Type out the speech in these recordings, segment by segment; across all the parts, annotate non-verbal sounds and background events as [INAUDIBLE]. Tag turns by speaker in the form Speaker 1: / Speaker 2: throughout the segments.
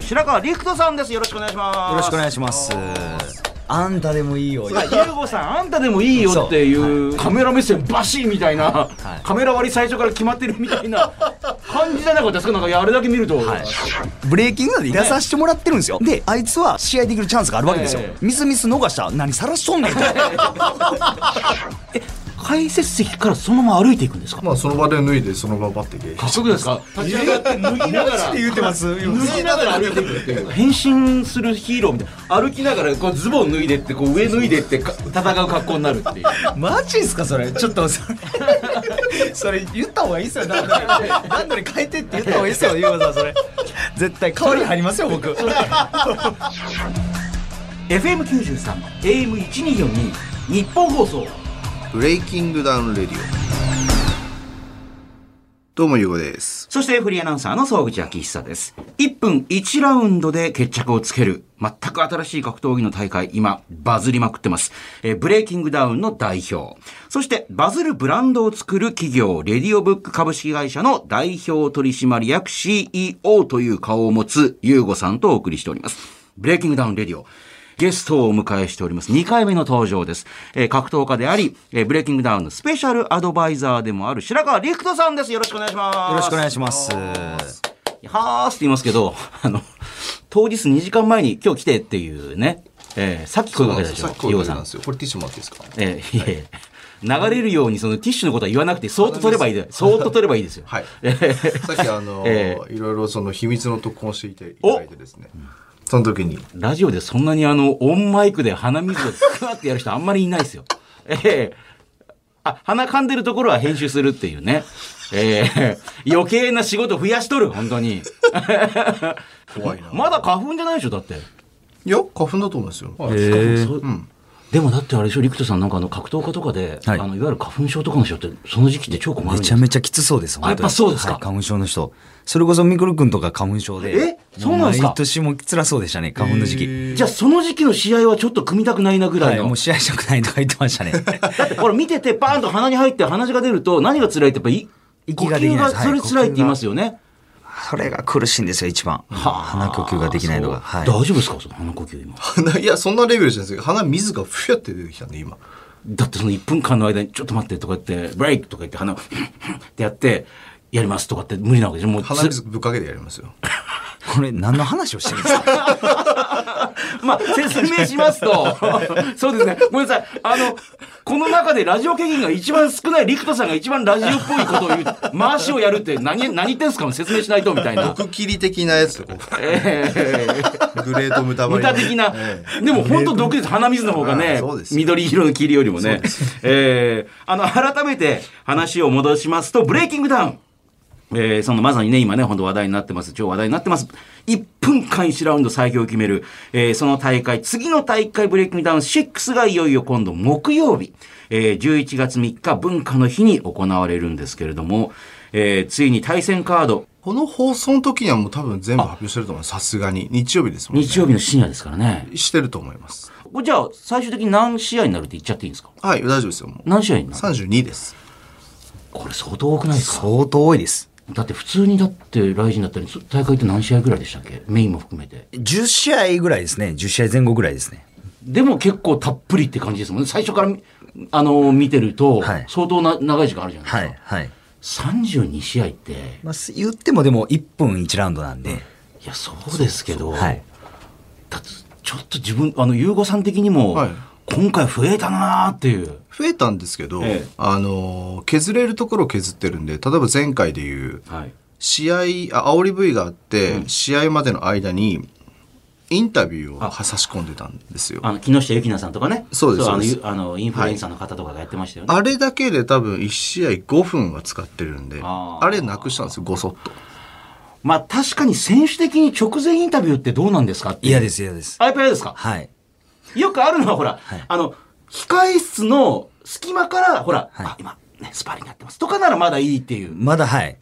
Speaker 1: 白川陸人さんですよろしくお願いします
Speaker 2: よろしくお願いしますあんたでもいいよ
Speaker 1: ゆうごさんあんたでもいいよっていうカメラ目線バシーみたいな、
Speaker 2: い
Speaker 1: カメラ割り最初から決まってるみたいな感じじゃなかったですかなんかいやあれだけ見ると、
Speaker 2: ブレイキングダウンでやらさせてもらってるんですよ、であいつは試合できるチャンスがあるわけですよ、
Speaker 1: ええ
Speaker 2: ミスミス逃したら何さらしとんねんって
Speaker 1: 解説席からそのまま歩いていくんですか
Speaker 3: まあその場で脱いでその場バッて芸
Speaker 1: かっこよくないですか立ち上がって脱ぎながら
Speaker 2: [LAUGHS] 言ってます
Speaker 1: 脱ぎながら歩いてくるっていう変身するヒーローみたいな歩きながらこうズボン脱いでってこう上脱いで [LAUGHS] ってか戦う格好になるっていう
Speaker 2: マジですかそれ [LAUGHS] ちょっとそれそれ言った方がいいですよ段取り段取り変えてって言った方がいいですよゆうまさんそれ絶対代わり入りますよ僕
Speaker 1: FM93AM1242 日本放送
Speaker 4: ブレイキングダウンレディオどうもゆうごです
Speaker 1: そしてフリーアナウンサーの総口昭久です。1分1ラウンドで決着をつける。全く新しい格闘技の大会、今、バズりまくってます。えーブレイキングダウンの代表。そして、バズるブランドを作る企業、レディオブック株式会社の代表取締役 CEO という顔を持つ、ゆうごさんとお送りしております。ブレイキングダウンレディオ。ゲストをお迎えしております。2回目の登場です。えー格闘家であり、えーブレイキングダウンのスペシャルアドバイザーでもある白川陸人さんです。よろしくお願いします。
Speaker 2: よろしくお願いします
Speaker 1: はーすって言いますけど、 [LAUGHS] あの、当日2時間前に今日来てっていうね、えーさっき声かけたでしょ
Speaker 4: さっき、こ
Speaker 1: 伊
Speaker 4: う
Speaker 1: 代さ
Speaker 4: なん
Speaker 1: ん
Speaker 4: で。すよこれティッシュもらっていいですか
Speaker 1: えーいえいえ流れるようにそのティッシュのことは言わなくて、そーっと取ればいいで、そーっと取ればいいですよ。
Speaker 4: はい
Speaker 1: えー
Speaker 4: さっきあの、
Speaker 1: え
Speaker 4: いろいろその秘密の特訓をしていていただいてです
Speaker 1: [LAUGHS]
Speaker 4: ねその時に
Speaker 1: ラジオでそんなにあの、オンマイクで鼻水をスクワってやる人あんまりいないですよ。ええあ、鼻噛んでるところは編集するっていうね。ええ余計な仕事増やしとる、本当に。
Speaker 4: 怖いな、
Speaker 1: [LAUGHS] まだ花粉じゃないでしょ、だって。
Speaker 4: いや花粉だと思うんですよ、
Speaker 1: そうでもだってあれでしょ、陸斗さんなんかあの格闘家とかで、
Speaker 2: はい
Speaker 1: い、あのいわゆる花粉症とかの人ってその時期って超困るん
Speaker 2: め
Speaker 1: です
Speaker 2: ちゃめちゃきつそうです
Speaker 1: あやっぱそうですか
Speaker 2: はい花粉症の人それこそミクル君とか花粉症で
Speaker 1: えそうなんですか
Speaker 2: 毎年も辛そうでしたね花粉の時期
Speaker 1: じゃあその時期の試合はちょっと組みたくないなぐら
Speaker 2: はいい
Speaker 1: の。
Speaker 2: もう試合したくないとか言ってましたね
Speaker 1: だってこれ見ててバーンと鼻に入って鼻血が出ると何が辛いってやっぱい
Speaker 2: 息ができな
Speaker 1: 呼
Speaker 2: いで
Speaker 1: 吸
Speaker 2: す
Speaker 1: がそれ辛いって言いますよね。
Speaker 2: [LAUGHS] それが苦しいんですよ一番鼻呼吸ができないのが
Speaker 1: そう
Speaker 2: はい
Speaker 1: 大丈夫ですかその鼻呼吸今。
Speaker 4: 鼻いやそんなレベルじゃないですけど鼻水がふやって出てきたん
Speaker 1: [LAUGHS]
Speaker 4: で今
Speaker 1: だってその1分間の間にちょっと待ってとか言って、ブレイクとか言って鼻を [LAUGHS] ってやって、やりますとかって無理なわけでしょもう
Speaker 4: 鼻水ぶっかけてやりますよ
Speaker 2: これ何の話をしてるんですか
Speaker 1: まあ、説明しますと、そうですね。ごめんなさい。あの、この中でラジオ経験が一番少ない、リクトさんが一番ラジオっぽいことを言う、回しをやるって、何、何言ってんすか説明しないと、みたいな。
Speaker 4: 毒切り的なやつとこ
Speaker 1: えー
Speaker 4: うグレートムタバ
Speaker 1: 無
Speaker 4: リ
Speaker 1: 駄的な
Speaker 4: ええ。
Speaker 1: でも本当毒です。鼻水の方が
Speaker 4: あ
Speaker 1: ね
Speaker 4: あそうで、す
Speaker 1: 緑色の霧よりもね。えーあの、改めて話を戻しますと、ブレイキングダウン。えーそのまさにね、今ね、本当話題になってます。超話題になってます。1分間1ラウンド最強を決める、えーその大会、次の大会ブレイキングダウン6がいよいよ今度木曜日、えー11月3日文化の日に行われるんですけれども、えーついに対戦カード、
Speaker 4: この放送の時にはもう多分全部発表してると思いますさすがに日曜日ですもんね
Speaker 1: 日曜日の深夜ですからね。
Speaker 4: してると思います
Speaker 1: これじゃあ、最終的に何試合になるって言っちゃっていいんですか
Speaker 4: はい大丈夫ですよもう
Speaker 1: 何試合になる
Speaker 4: 32です
Speaker 1: これ相当多くないですか
Speaker 2: [LAUGHS] 相当多いです
Speaker 1: だって普通にだってライジンだったり、そ大会って何試合ぐらいでしたっけメインも含めて。
Speaker 2: 10試合ぐらいですね10試合前後ぐらいですね
Speaker 1: でも結構たっぷりって感じですもんね。最初からみ、あのー見てると
Speaker 2: はい、
Speaker 1: 相当な、長い時間あるじゃない
Speaker 2: はい
Speaker 1: で
Speaker 2: はい、
Speaker 1: すか。32試合って、い
Speaker 2: まあ、す言ってもでも1分1ラウンドなんで、
Speaker 1: や、そうですけど、
Speaker 2: はい
Speaker 1: だってちょっと自分、あの、ゆうごさん的にも、
Speaker 4: はい
Speaker 1: 今回増えたなーっていう。
Speaker 4: 増えたんですけど、
Speaker 1: ええ
Speaker 4: あのー削れるところを削ってるんで例えば前回でいう
Speaker 1: はい。
Speaker 4: 試合あ煽り V があって、試合までの間にインタビュー
Speaker 1: あ
Speaker 4: を差し込んでたんですよ
Speaker 1: あの、木下ゆきなさんとかね。
Speaker 4: そうです
Speaker 1: あの
Speaker 4: そうで
Speaker 1: ゆ
Speaker 4: す、
Speaker 1: あの、インフルエンサーの方とかがやってましたよね。
Speaker 4: あれだけで多分1試合5分は使ってるんで
Speaker 1: あ
Speaker 4: あ
Speaker 1: ー
Speaker 4: れなくしたんですよごそっと
Speaker 1: まあ確かに選手的に直前インタビューってどうなんですかっていう
Speaker 2: 嫌です嫌です
Speaker 1: あ、やっぱ嫌ですか
Speaker 2: はい
Speaker 1: よくあるのはほら、あの、控え室の隙間から、ほら、あ、今、ね、スパーリングやってますとかならまだいいっていう。
Speaker 2: まだはい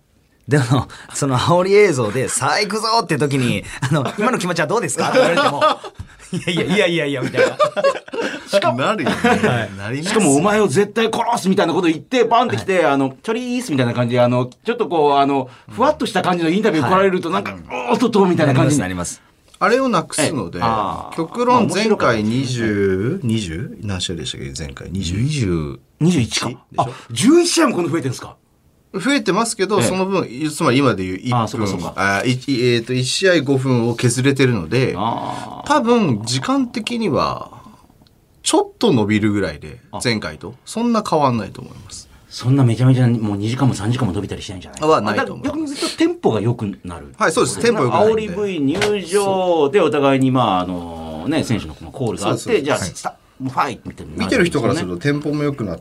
Speaker 2: でもその煽り映像で「さあ行くぞ!」って時に「あの今の気持ちはどうですか?」って言われて [LAUGHS] も「いやいやいやいやいや」み [LAUGHS] たいな
Speaker 4: しかもなるよね、なります
Speaker 1: しかもお前を絶対殺すみたいなこと言って、バンってきて、あの、チョリースみたいな感じで、あの、ちょっとこう、あの、ふわっとした感じのインタビュー来られると、なんか、おーっとっとみたいな感じに
Speaker 2: [LAUGHS] なりますなります。
Speaker 4: あれをなくすので
Speaker 1: ええあー
Speaker 4: 極
Speaker 1: まあ
Speaker 4: 論
Speaker 1: 面
Speaker 4: 前
Speaker 1: 白かった
Speaker 4: 回2020、20何試合でしたっけ前回21
Speaker 1: 20 21か。あ、11試合もこの増えてるんですか
Speaker 4: 増えてますけど、
Speaker 1: ええ
Speaker 4: その分いつまり今でいう1分
Speaker 1: あそうかそうか
Speaker 4: あいえーと1試合5分を削れてるので
Speaker 1: あ
Speaker 4: 多分時間的にはちょっと伸びるぐらいで前回とそんな変わんないと思います
Speaker 1: そんなめちゃめちゃもう2時間も3時間も伸びたりしないんじゃない
Speaker 4: はないと思
Speaker 1: あ
Speaker 4: う
Speaker 1: だから逆にずっとテンポが良くなる。
Speaker 4: はいそうですテンポ良くなるんで
Speaker 1: 煽り V 入場でお互いに、まあ、あの、ね、選手のこのコールがあっ
Speaker 4: そうです
Speaker 1: て、じゃあ、
Speaker 4: はい
Speaker 1: スタもうファイトみたいにな
Speaker 4: 見てる人からす
Speaker 1: ん
Speaker 4: る
Speaker 1: ですよね
Speaker 4: とテンポも良くなる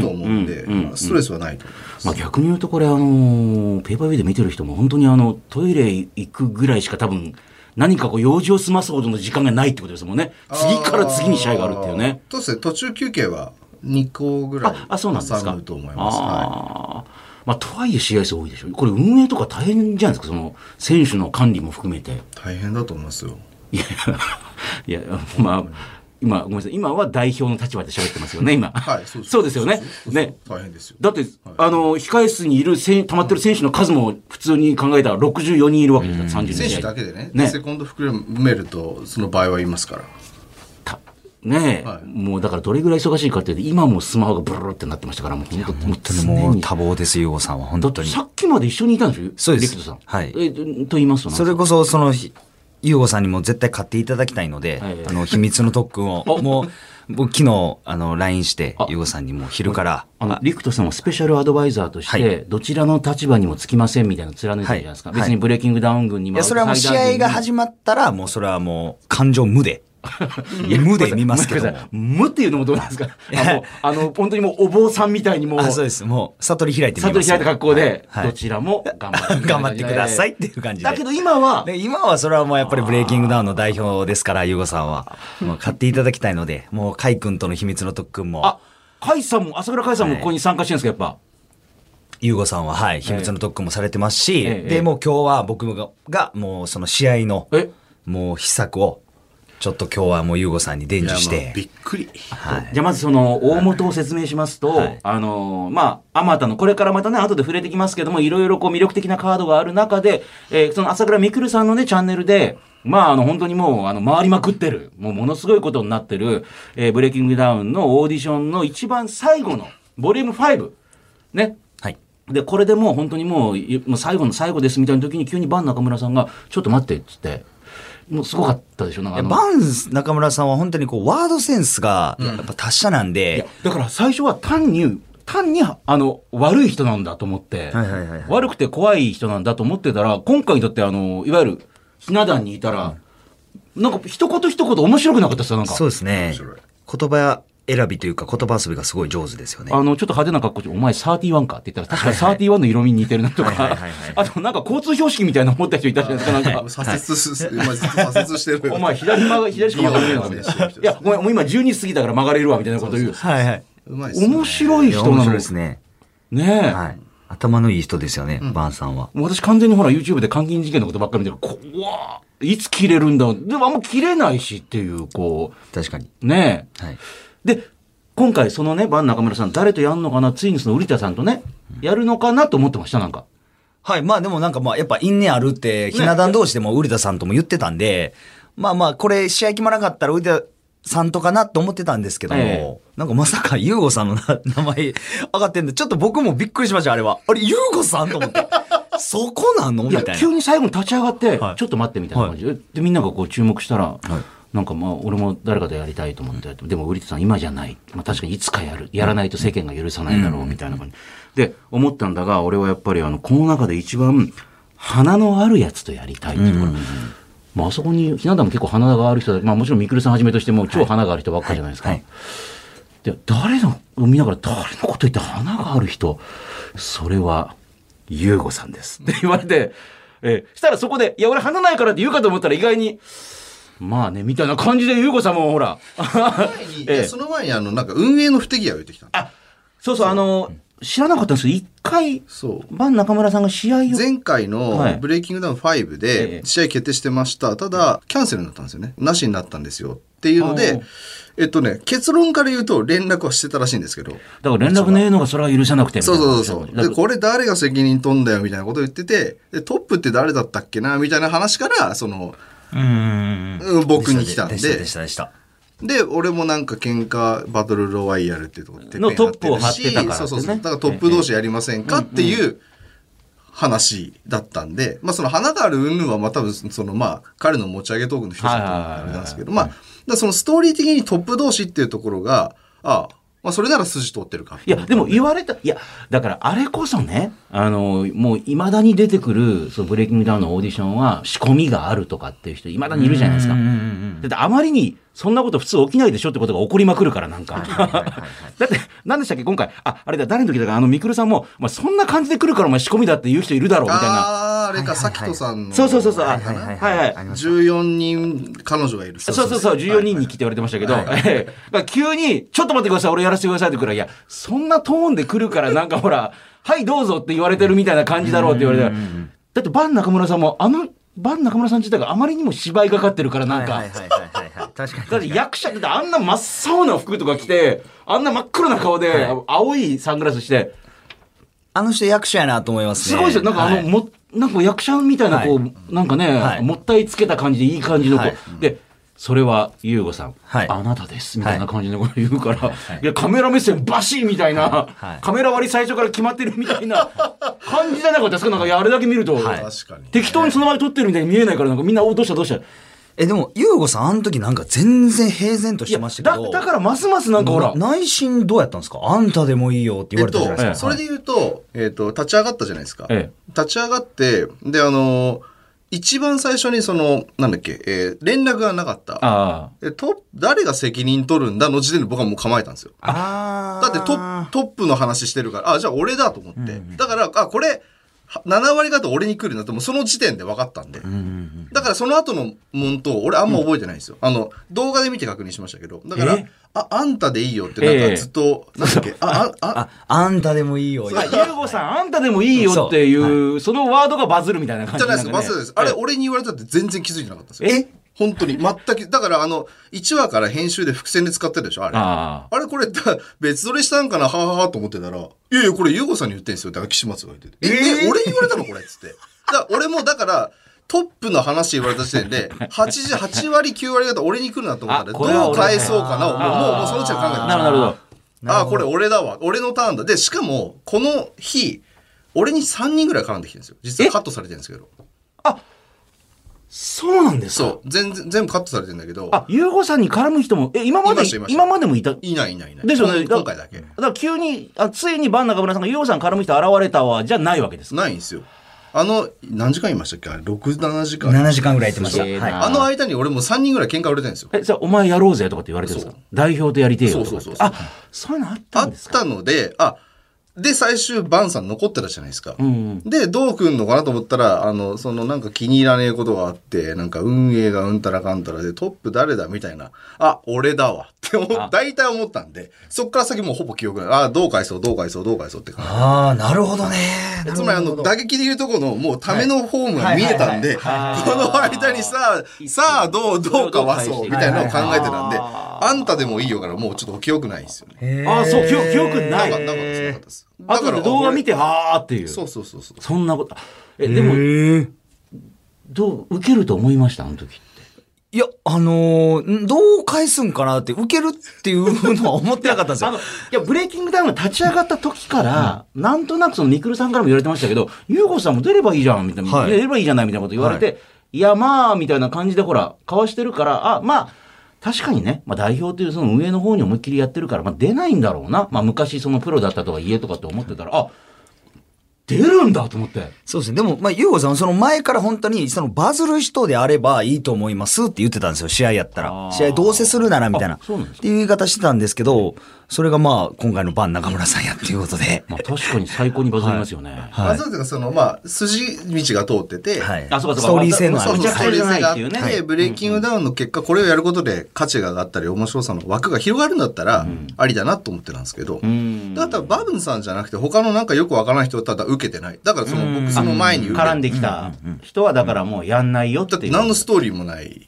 Speaker 4: と思うんで、
Speaker 1: うんうんうん
Speaker 4: まあストレスはないと思います、
Speaker 1: まあ逆に言うとこれ、あのペーパービューで見てる人も本当にあの、トイレ行くぐらいしか多分、何かこう用事を済ますほどの時間がないってことですもんね。次から次に試合があるっていうね。
Speaker 4: あー。そうですね、途中休憩は2個ぐらい
Speaker 1: あ、あそうなんですか。
Speaker 4: 挟むと思います。
Speaker 1: あ
Speaker 4: は
Speaker 1: ーまあ、とはいえ試合数多いでしょ。これ運営とか大変じゃないですか、その、選手の管理も含めて。
Speaker 4: い、大変だと思いますよ。
Speaker 1: いや、 [LAUGHS] いや、まあ、今、ごめんなさい、今は代表の立場で喋ってますよね、今。
Speaker 4: はい、そうです。
Speaker 1: そうですよね。ね。
Speaker 4: 大変ですよ。
Speaker 1: だって、あの、控え室にいる選、溜まってる選手の数も普通に考えたら64人いるわけですから、30人
Speaker 4: 選手だけでね、
Speaker 1: ね
Speaker 4: セコンド含めると、その場合はいますから。
Speaker 1: たねえ、
Speaker 4: はい
Speaker 1: もうだからどれぐらい忙しいかっていうと今もうスマホがブルルルってなってましたから、もう本当もう
Speaker 2: 本当にもう多忙です、ゆうごさんは。本
Speaker 1: だっ
Speaker 2: 当
Speaker 1: て
Speaker 2: に。
Speaker 1: さっきまで一緒にいたんでしょ
Speaker 2: そうです
Speaker 1: レクトさん。
Speaker 2: はい
Speaker 1: えーと言いますとなんです
Speaker 2: そ
Speaker 1: か
Speaker 2: れこそ、その、ひゆうごさんにも絶対買っていただきたいので、
Speaker 1: はいはい
Speaker 2: あの、秘密の特
Speaker 1: [LAUGHS]
Speaker 2: 訓を、もう、僕昨日、あの、LINE して
Speaker 1: あ、
Speaker 2: ゆうごさんにもう昼から、
Speaker 1: あの、リクトさんはスペシャルアドバイザーとして、
Speaker 2: はい
Speaker 1: どちらの立場にもつきませんみたいなの貫いてるじゃないですか。
Speaker 2: はい
Speaker 1: 別にブレイキングダウン軍に
Speaker 2: い
Speaker 1: も。
Speaker 2: や、それはもう試合が始まったら、もうそれはもう、感情無で、無で見ますけども。
Speaker 1: [LAUGHS] 無っていうのもどうなんですかあの、あの本当にもうお坊さんみたいにもう、
Speaker 2: あ、そう
Speaker 1: 悟
Speaker 2: です。もう、悟り開いてみます。
Speaker 1: り開いた格好で、
Speaker 2: はいは
Speaker 1: ど
Speaker 2: い
Speaker 1: ちらも頑張って
Speaker 2: [LAUGHS] 頑張ってくださいっていう感じで
Speaker 1: だけど今は、
Speaker 2: で今はそれはもうやっぱりブレイキングダウンの代表ですから、ゆうごさんは。もう買っていただきたいので、もう、カイ君との秘密の特訓も
Speaker 1: あ、、カイさんも、朝倉カイさんもここに参加してるんですか、やっぱ。
Speaker 2: ゆうごさんは、はい、秘密の特訓もされてますし、
Speaker 1: ええ
Speaker 2: で、もう今日は僕が、がもうその試合の
Speaker 1: え、
Speaker 2: もう秘策を、ちょっと今日はもうゆうごさんに伝授し
Speaker 4: いやもうび
Speaker 2: て、
Speaker 4: っくり。
Speaker 2: はい。
Speaker 1: じゃあまずその大元を説明しますと、
Speaker 2: はい
Speaker 1: あのーまあ、あまたの、これからまたね、後で触れてきますけども、いろいろこう魅力的なカードがある中で、えーその朝倉未来さんのね、チャンネルで、まあ、あの、本当にもう、あの、回りまくってる、もうものすごいことになってる、えーブレイキングダウンのオーディションの一番最後の、ボリューム5、ね、
Speaker 2: はい。
Speaker 1: で、これでもう本当にもう、いもう最後の最後ですみたいな時に急にバン中村さんが、ちょっと待って、っつって、もうすごかったでしょ、なんかあの
Speaker 2: バン中村さんは本当にこう、ワードセンスが、やっぱ達者な
Speaker 1: い
Speaker 2: ん
Speaker 1: や
Speaker 2: で、
Speaker 1: だから最初は単に単にあの悪い人なんだと思って、
Speaker 2: はいはいはいはい
Speaker 1: 悪くて怖い人なんだと思ってたら今回だってあのいわゆるひな壇にいたら、なんか一言一言面白くなかったですよなんか
Speaker 2: そうですね
Speaker 4: 白い。
Speaker 2: 言葉選びというか、言葉遊びがすごい上手ですよね。
Speaker 1: あのちょっと派手な格好して「お前31か」って言ったら確かに31の色味に似てるなと
Speaker 2: [LAUGHS] はいはい
Speaker 1: か
Speaker 2: はいはい
Speaker 1: [LAUGHS] あとなんか交通標識みたいなの持った人いたじゃない
Speaker 4: [LAUGHS]
Speaker 1: ですか
Speaker 2: [LAUGHS]
Speaker 1: なんか。
Speaker 4: 左折す、まあずっと左折してる。
Speaker 1: お前左曲が左しか曲がれねえなみたいな。いや、ごめん、もう今12過ぎたから曲がれるわ、みたいなこと言う。
Speaker 2: はいはい。
Speaker 4: うまいですね
Speaker 1: 面白い
Speaker 2: いや
Speaker 1: 人
Speaker 2: 面
Speaker 1: なの
Speaker 2: 白いですね。
Speaker 1: ねえ。
Speaker 2: はい。頭のいい人ですよね、バンさんは。
Speaker 1: もう私完全にほら YouTube で監禁事件のことばっかり見てる。怖っいつ切れるんだでもあんま切れないしっていう、こ
Speaker 2: 確かに。
Speaker 1: う、ね
Speaker 2: はい。
Speaker 1: え。で、今回そのね、バン中村さん誰とやんのかな、ツインズの瓜田さんとね、やるのかなと思ってました、なんか。
Speaker 2: はい。まあでもなんかまあやっぱ因縁あるって、ひな壇同士でもウリダさんとも言ってたんで、まあまあこれ試合決まらなかったらウリダさんとかなと思ってたんですけども、
Speaker 1: え
Speaker 2: なんかまさかユーゴさんのな名前上がってんで、ちょっと僕もびっくりしました、あれは。あれ、ユーゴさんと思
Speaker 1: [LAUGHS]
Speaker 2: って。そこなのみ
Speaker 1: いや、
Speaker 2: たい
Speaker 1: 急
Speaker 2: な。
Speaker 1: に最後に立ち上がって、
Speaker 2: はい
Speaker 1: ちょっと待ってみたいな感じで、で、みんながこう注目したら、なんかまあ、俺も誰かとやりたいと思って、でも、瓜田さん今じゃない。まあ確かにいつかやる。やらないと世間が許さないだろう、みたいな感じ。で、思ったんだが、俺はやっぱりあの、この中で一番、花のあるやつとやりたいっていうか、まあ、あそこに、ひな壇も結構花がある人だまあもちろんみくるさんはじめとしてもう超花がある人ばっかじゃないですか。
Speaker 2: はい
Speaker 1: で誰のを見ながら誰のこと言って花がある人それは優吾さんですって言われて、えーしたらそこで「いや俺花ないから」って言うかと思ったら意外に「まあね」みたいな感じで優吾さんもほら
Speaker 4: 前にい
Speaker 1: ええ
Speaker 4: やその前に、あの、なんか運営の不手際を言ってきたの
Speaker 1: そうそうあの知らなかったんですけど一回
Speaker 4: そう。
Speaker 1: バン中村さんが試合を
Speaker 4: 前回
Speaker 1: はい
Speaker 4: のブレイキングダウン5
Speaker 1: ええ
Speaker 4: で試合決定してました。ただ、キャンセルになったんですよね。なしになったんですよ。っていうの
Speaker 1: おう
Speaker 4: で、えっとね、結論から言うと連絡はしてたらしいんですけど。
Speaker 1: だから連絡ねえのがそれは許せなくて
Speaker 4: そうそうそうそう。
Speaker 1: だ
Speaker 4: で、
Speaker 1: から
Speaker 4: これ誰が責任取んだよみたいなことを言ってて、で、トップって誰だったっけなみたいな話から、その、
Speaker 2: うんうんうん。
Speaker 4: 僕に来たんで
Speaker 2: したでしたでした。
Speaker 4: で、俺もなんか喧嘩バトルロワイヤルっていうとこで
Speaker 1: のトップを張ってたから
Speaker 4: そうそう
Speaker 1: です
Speaker 4: そう。
Speaker 1: ね
Speaker 4: だからトップ同士やりませんかっていう話だったんで、まあその花がある云々はまあ多分そのまあ彼の持ち上げトークの一つだったからあれなんですけど、まあ、だからそのストーリー的にトップ同士っていうところが、ああ、まあそれなら筋通ってるか。
Speaker 1: いや、でも言われた、いや、だからあれこそね、あの、もう未だに出てくる、そのブレイキングダウンのオーディションは仕込みがあるとかっていう人未だにいるじゃないですか。
Speaker 2: うんう
Speaker 1: だ
Speaker 2: ん
Speaker 1: ってあまりに、そんなこと普通起きないでしょってことが起こりまくるから、なんか。だって、何でしたっけ、今回、あ、あれだ、誰の時だか、あの、みくるさんも、まあ、そんな感じで来るから、お前仕込みだって言う人いるだろう、みたいな。
Speaker 4: ああ、あれ
Speaker 5: はいは
Speaker 4: か、
Speaker 5: いは
Speaker 4: さ
Speaker 5: い
Speaker 4: きとさんの。
Speaker 1: そうそうそうそう、あ
Speaker 5: いはいはい
Speaker 1: はいはい
Speaker 5: ありました
Speaker 4: 14人彼女がいる。
Speaker 1: そうそうそう、14人に来て言われてましたけど、 [LAUGHS] ええだから急に、ちょっと待ってください、俺やらせてくださいってくらい、いや、そんなトーンで来るから、なんかほら、 [LAUGHS] はい、どうぞって言われてるみたいな感じだろうって言われたら、だって、バン中村さんも、あの、バン中村さん自体があまりにも芝居がかってるから、なんか、
Speaker 5: はいはいはいはいはい。確かに。
Speaker 1: だ [LAUGHS] って役者ってあんな真っ青な服とか着て、あんな真っ黒な顔で、青いサングラスして、
Speaker 2: あの人役者やなと思います
Speaker 1: す
Speaker 2: ね。
Speaker 1: ごいですよ。なんかあの、も、なんか役者みたいな、こう、なんかね、
Speaker 2: はい
Speaker 1: もったいつけた感じでいい感じの子。
Speaker 2: はい
Speaker 1: で、それは、ゆうごさん、
Speaker 2: はい
Speaker 1: あなたです、みたいな感じのこと言うから、い、や、カメラ目線バシーみたいな、
Speaker 2: はい
Speaker 1: カメラ割り最初から決まってるみたいな感じじゃなかったですかなんか、いやあれだけ見ると、
Speaker 4: 確かに。
Speaker 1: 適当にその場で撮ってるみたいに見えないから、なんかみんな、おどうしたどうした。
Speaker 2: え、でも、ゆうごさん、あの時なんか全然平然とし
Speaker 1: い
Speaker 2: て
Speaker 1: や、
Speaker 2: ましたけ
Speaker 1: だ
Speaker 2: ど。
Speaker 1: だからますますなんかほら、
Speaker 2: 内心どうやったんですかあんたでもいいよって言われたじゃないですか。
Speaker 4: えっと、それで言うと、えっと、立ち上がったじゃないですか。
Speaker 1: ええ
Speaker 4: 立ち上がって、で、あのー、一番最初にその、なんだっけ、えー連絡がなかった。
Speaker 1: あ
Speaker 4: えと、誰が責任取るんだの時点で僕はもう構えたんですよ。
Speaker 2: あ
Speaker 4: だってトップトップの話してるから、あ、じゃあ俺だと思って。だから、あ、これ、は7割方俺に来るなって、もうその時点で分かったんで。だからその後のもんと、俺あんま覚えてないんですよ。あの、動画で見て確認しましたけど。だから
Speaker 1: え、
Speaker 4: あ、あんたでいいよって、なんかずっと、なんだっけ、あ、あ、あ、
Speaker 2: あ、あんたでもいいよ。
Speaker 1: あ。ゆうごさん、あんたでもいいよっていう、そのワードがバズるみたいな感
Speaker 4: じ
Speaker 1: じ
Speaker 4: ゃないですか、バ
Speaker 1: ん
Speaker 4: ス
Speaker 1: かね
Speaker 4: です。あれ、俺に言われたって全然気づいてなかったんですよ。
Speaker 1: え
Speaker 4: 本当に、全く、だからあの、1話から編集で伏線で使ってるでしょ、あれ。あ
Speaker 1: ああ。
Speaker 4: れ、これ、だ別撮りしたんかな、はははと思ってたら、いやいや、これ、ゆうごさんに言ってんですよ、だから岸松が言ってて。え、え俺に言われたのこれ、つって。だから俺も、だから、トップの話言われた時
Speaker 1: [LAUGHS]
Speaker 4: 点で、80、8割、9割方俺に来るなと思ったら、
Speaker 1: あ
Speaker 4: ど
Speaker 1: これは
Speaker 4: う
Speaker 1: 俺
Speaker 4: 返そうかな、もう、もう、もうそのうちは考えてました
Speaker 1: なるほど、なるほど。
Speaker 4: ああ、これ俺だわ。俺のターンだ。で、しかも、この日、俺に3人ぐらい絡んできてるんですよ。実はカットされてるんですけど。
Speaker 1: そうなんですか
Speaker 4: そう。全然、全部カットされてるんだけど、
Speaker 1: あ、ゆうごさんに絡む人も、え、今まで
Speaker 4: いましたいま、した
Speaker 1: 今までもいた。
Speaker 4: いないいないいない。
Speaker 1: ですよね。
Speaker 4: 今今回だけ
Speaker 1: だ。から急に、あついにバン中村さんがゆうごさん絡む人現れたわ、じゃないわけですか。
Speaker 4: ないんですよ。あの、何時間いましたっけあれ、6、7時間。
Speaker 2: 7時間ぐらいやってました。
Speaker 1: ええ
Speaker 2: はい。
Speaker 1: な
Speaker 4: あの間に俺もう3人ぐらい喧嘩売れてるんですよ。
Speaker 1: え、じゃあお前やろうぜとかって言われてるんですか代表とやりてえよとかって。
Speaker 4: そうそうそうそう
Speaker 1: あ、そういうのあった
Speaker 4: あ
Speaker 1: ん
Speaker 4: っ
Speaker 1: ですか
Speaker 4: たので、あ、で、最終、バンさん残ってたじゃないですか。
Speaker 1: うん。
Speaker 4: で、どうくんのかなと思ったら、あの、そのなんか気に入らねえことがあって、なんか運営がうんたらかんたらで、トップ誰だみたいな、あ、俺だわって思
Speaker 1: あ
Speaker 4: う、大体思ったんで、そっから先もうほぼ記憶ない。あ、どう返そう、どう返そう、どう返そうって感じ。
Speaker 2: ああ、なるほどね。なる
Speaker 4: つ
Speaker 2: ほど
Speaker 4: まりあの、打撃でいうとこの、もうためのフォームが見えたんで、こ
Speaker 1: はいはいはい
Speaker 4: の間にさあ、さあ、どう、どうかわそう、みたいなのを考えてたんで、
Speaker 1: はいはいは
Speaker 4: あんたでもいいよから、もうちょっと記憶ないんですよね。
Speaker 2: へー
Speaker 1: あ、そう、記憶記憶な
Speaker 4: なんか、
Speaker 1: い。
Speaker 4: なんかです、なかったです。
Speaker 1: あとで動画見て、あーっていう。
Speaker 4: そうそうそうそう。
Speaker 1: そんなこと。え、でも、どう、受けると思いましたあの時って。
Speaker 2: いや、あのーんどう返すんかなって、受けるっていうのは思ってなかったんです
Speaker 1: あ
Speaker 2: よ
Speaker 1: の、い。や、ブレイキングダウンが立ち上がった時から、なんとなくそのミクルさんからも言われてましたけど、ユーゴさんも出ればいいじゃん、みたいな、
Speaker 2: はい
Speaker 1: 出ればいいじゃない、みたいなこと言われて、い、や、まあ、みたいな感じでほら、交わしてるから、あ、まあ、確かにね、まあ代表というその上の方に思いっきりやってるから、まあ出ないんだろうな。まあ昔そのプロだったとか家とかって思ってたら、あ、出るんだと思って。
Speaker 2: そうですね。でも、まあ、ゆうごさんはその前から本当に、そのバズる人であればいいと思いますって言ってたんですよ、試合やった
Speaker 1: あー
Speaker 2: ら。試合どうせするならみたいな。
Speaker 1: あそうなんですか
Speaker 2: っていう言い方してたんですけど、それがまあ、今回のバン中村さんやっていうことで。
Speaker 1: まあ確かに最高にバズりますよね。
Speaker 2: はい
Speaker 4: まあ、そうですその、まあ、筋道が通ってて、
Speaker 2: はい。
Speaker 1: あそうかそうか
Speaker 2: ストーリー性のあ
Speaker 4: そう
Speaker 2: る
Speaker 1: む
Speaker 4: そ
Speaker 1: ちゃく
Speaker 4: う、
Speaker 1: ちゃじゃないっていうね
Speaker 4: それでブレイキングダウンの結果、これをやることで価値が上がったり、面白さの枠が広がるんだったら、ありだなと思ってたんですけど、
Speaker 1: うん
Speaker 4: だからバブンさんじゃなくて他のなんかよくわからない人はただ受けてないだからその僕その前に受け
Speaker 1: 絡んできた人はだからもうやんないよって
Speaker 4: だっ
Speaker 1: い
Speaker 4: て
Speaker 1: う。
Speaker 4: 何のストーリーもない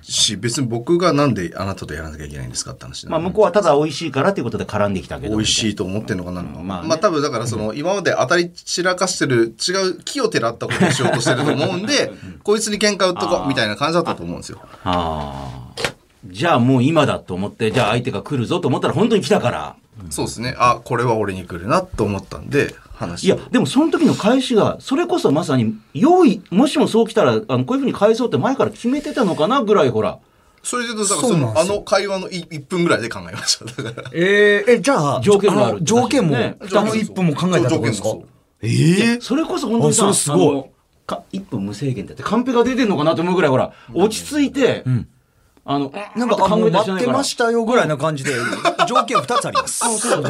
Speaker 4: し、別に僕がなんであなたとやらなきゃいけないんですかって話な
Speaker 1: まあ
Speaker 4: の
Speaker 1: 向こうはただ美味しいからということで絡んできたけど。
Speaker 4: 美味しいと思ってんのかな、まあ、
Speaker 1: まあね
Speaker 4: 多分だからその今まで当たり散らかしてる違う木をてらったことをしようとしてると思うんでこいつに喧嘩売っとこうみたいな感じだったと思うんですよ
Speaker 1: ああ。じゃあもう今だと思って、じゃあ相手が来るぞと思ったら本当に来たから。
Speaker 4: そうですねあこれは俺に来るなと思ったんで話
Speaker 1: いや、でもその時の返しが、それこそまさに、用意、もしもそう来たら、あの、こういうふうに返そうって前から決めてたのかなぐらい、ほら。
Speaker 4: それで言うとだから
Speaker 2: そ
Speaker 4: そ
Speaker 2: うなん
Speaker 4: の
Speaker 2: で
Speaker 4: あ
Speaker 2: すよ
Speaker 4: の会話のい1分ぐらいで考えましただから
Speaker 2: [LAUGHS] えー、え、じゃあ、
Speaker 1: 条件もある
Speaker 2: の条件も、
Speaker 1: ね
Speaker 2: あの一分も考えたってことですか
Speaker 4: 条件も
Speaker 2: えー
Speaker 1: それこそ本当にさ、
Speaker 2: あそれすごい
Speaker 1: あのか一分無制限だって、カンペが出てんのかなと思うぐらい、ほら、落ち着いて、あの、
Speaker 2: なんか、あ
Speaker 1: 考
Speaker 2: の、
Speaker 1: えたりし
Speaker 2: 待っ
Speaker 1: ない
Speaker 2: て
Speaker 1: から
Speaker 2: ましたよぐらいな感じで、条件二つあります。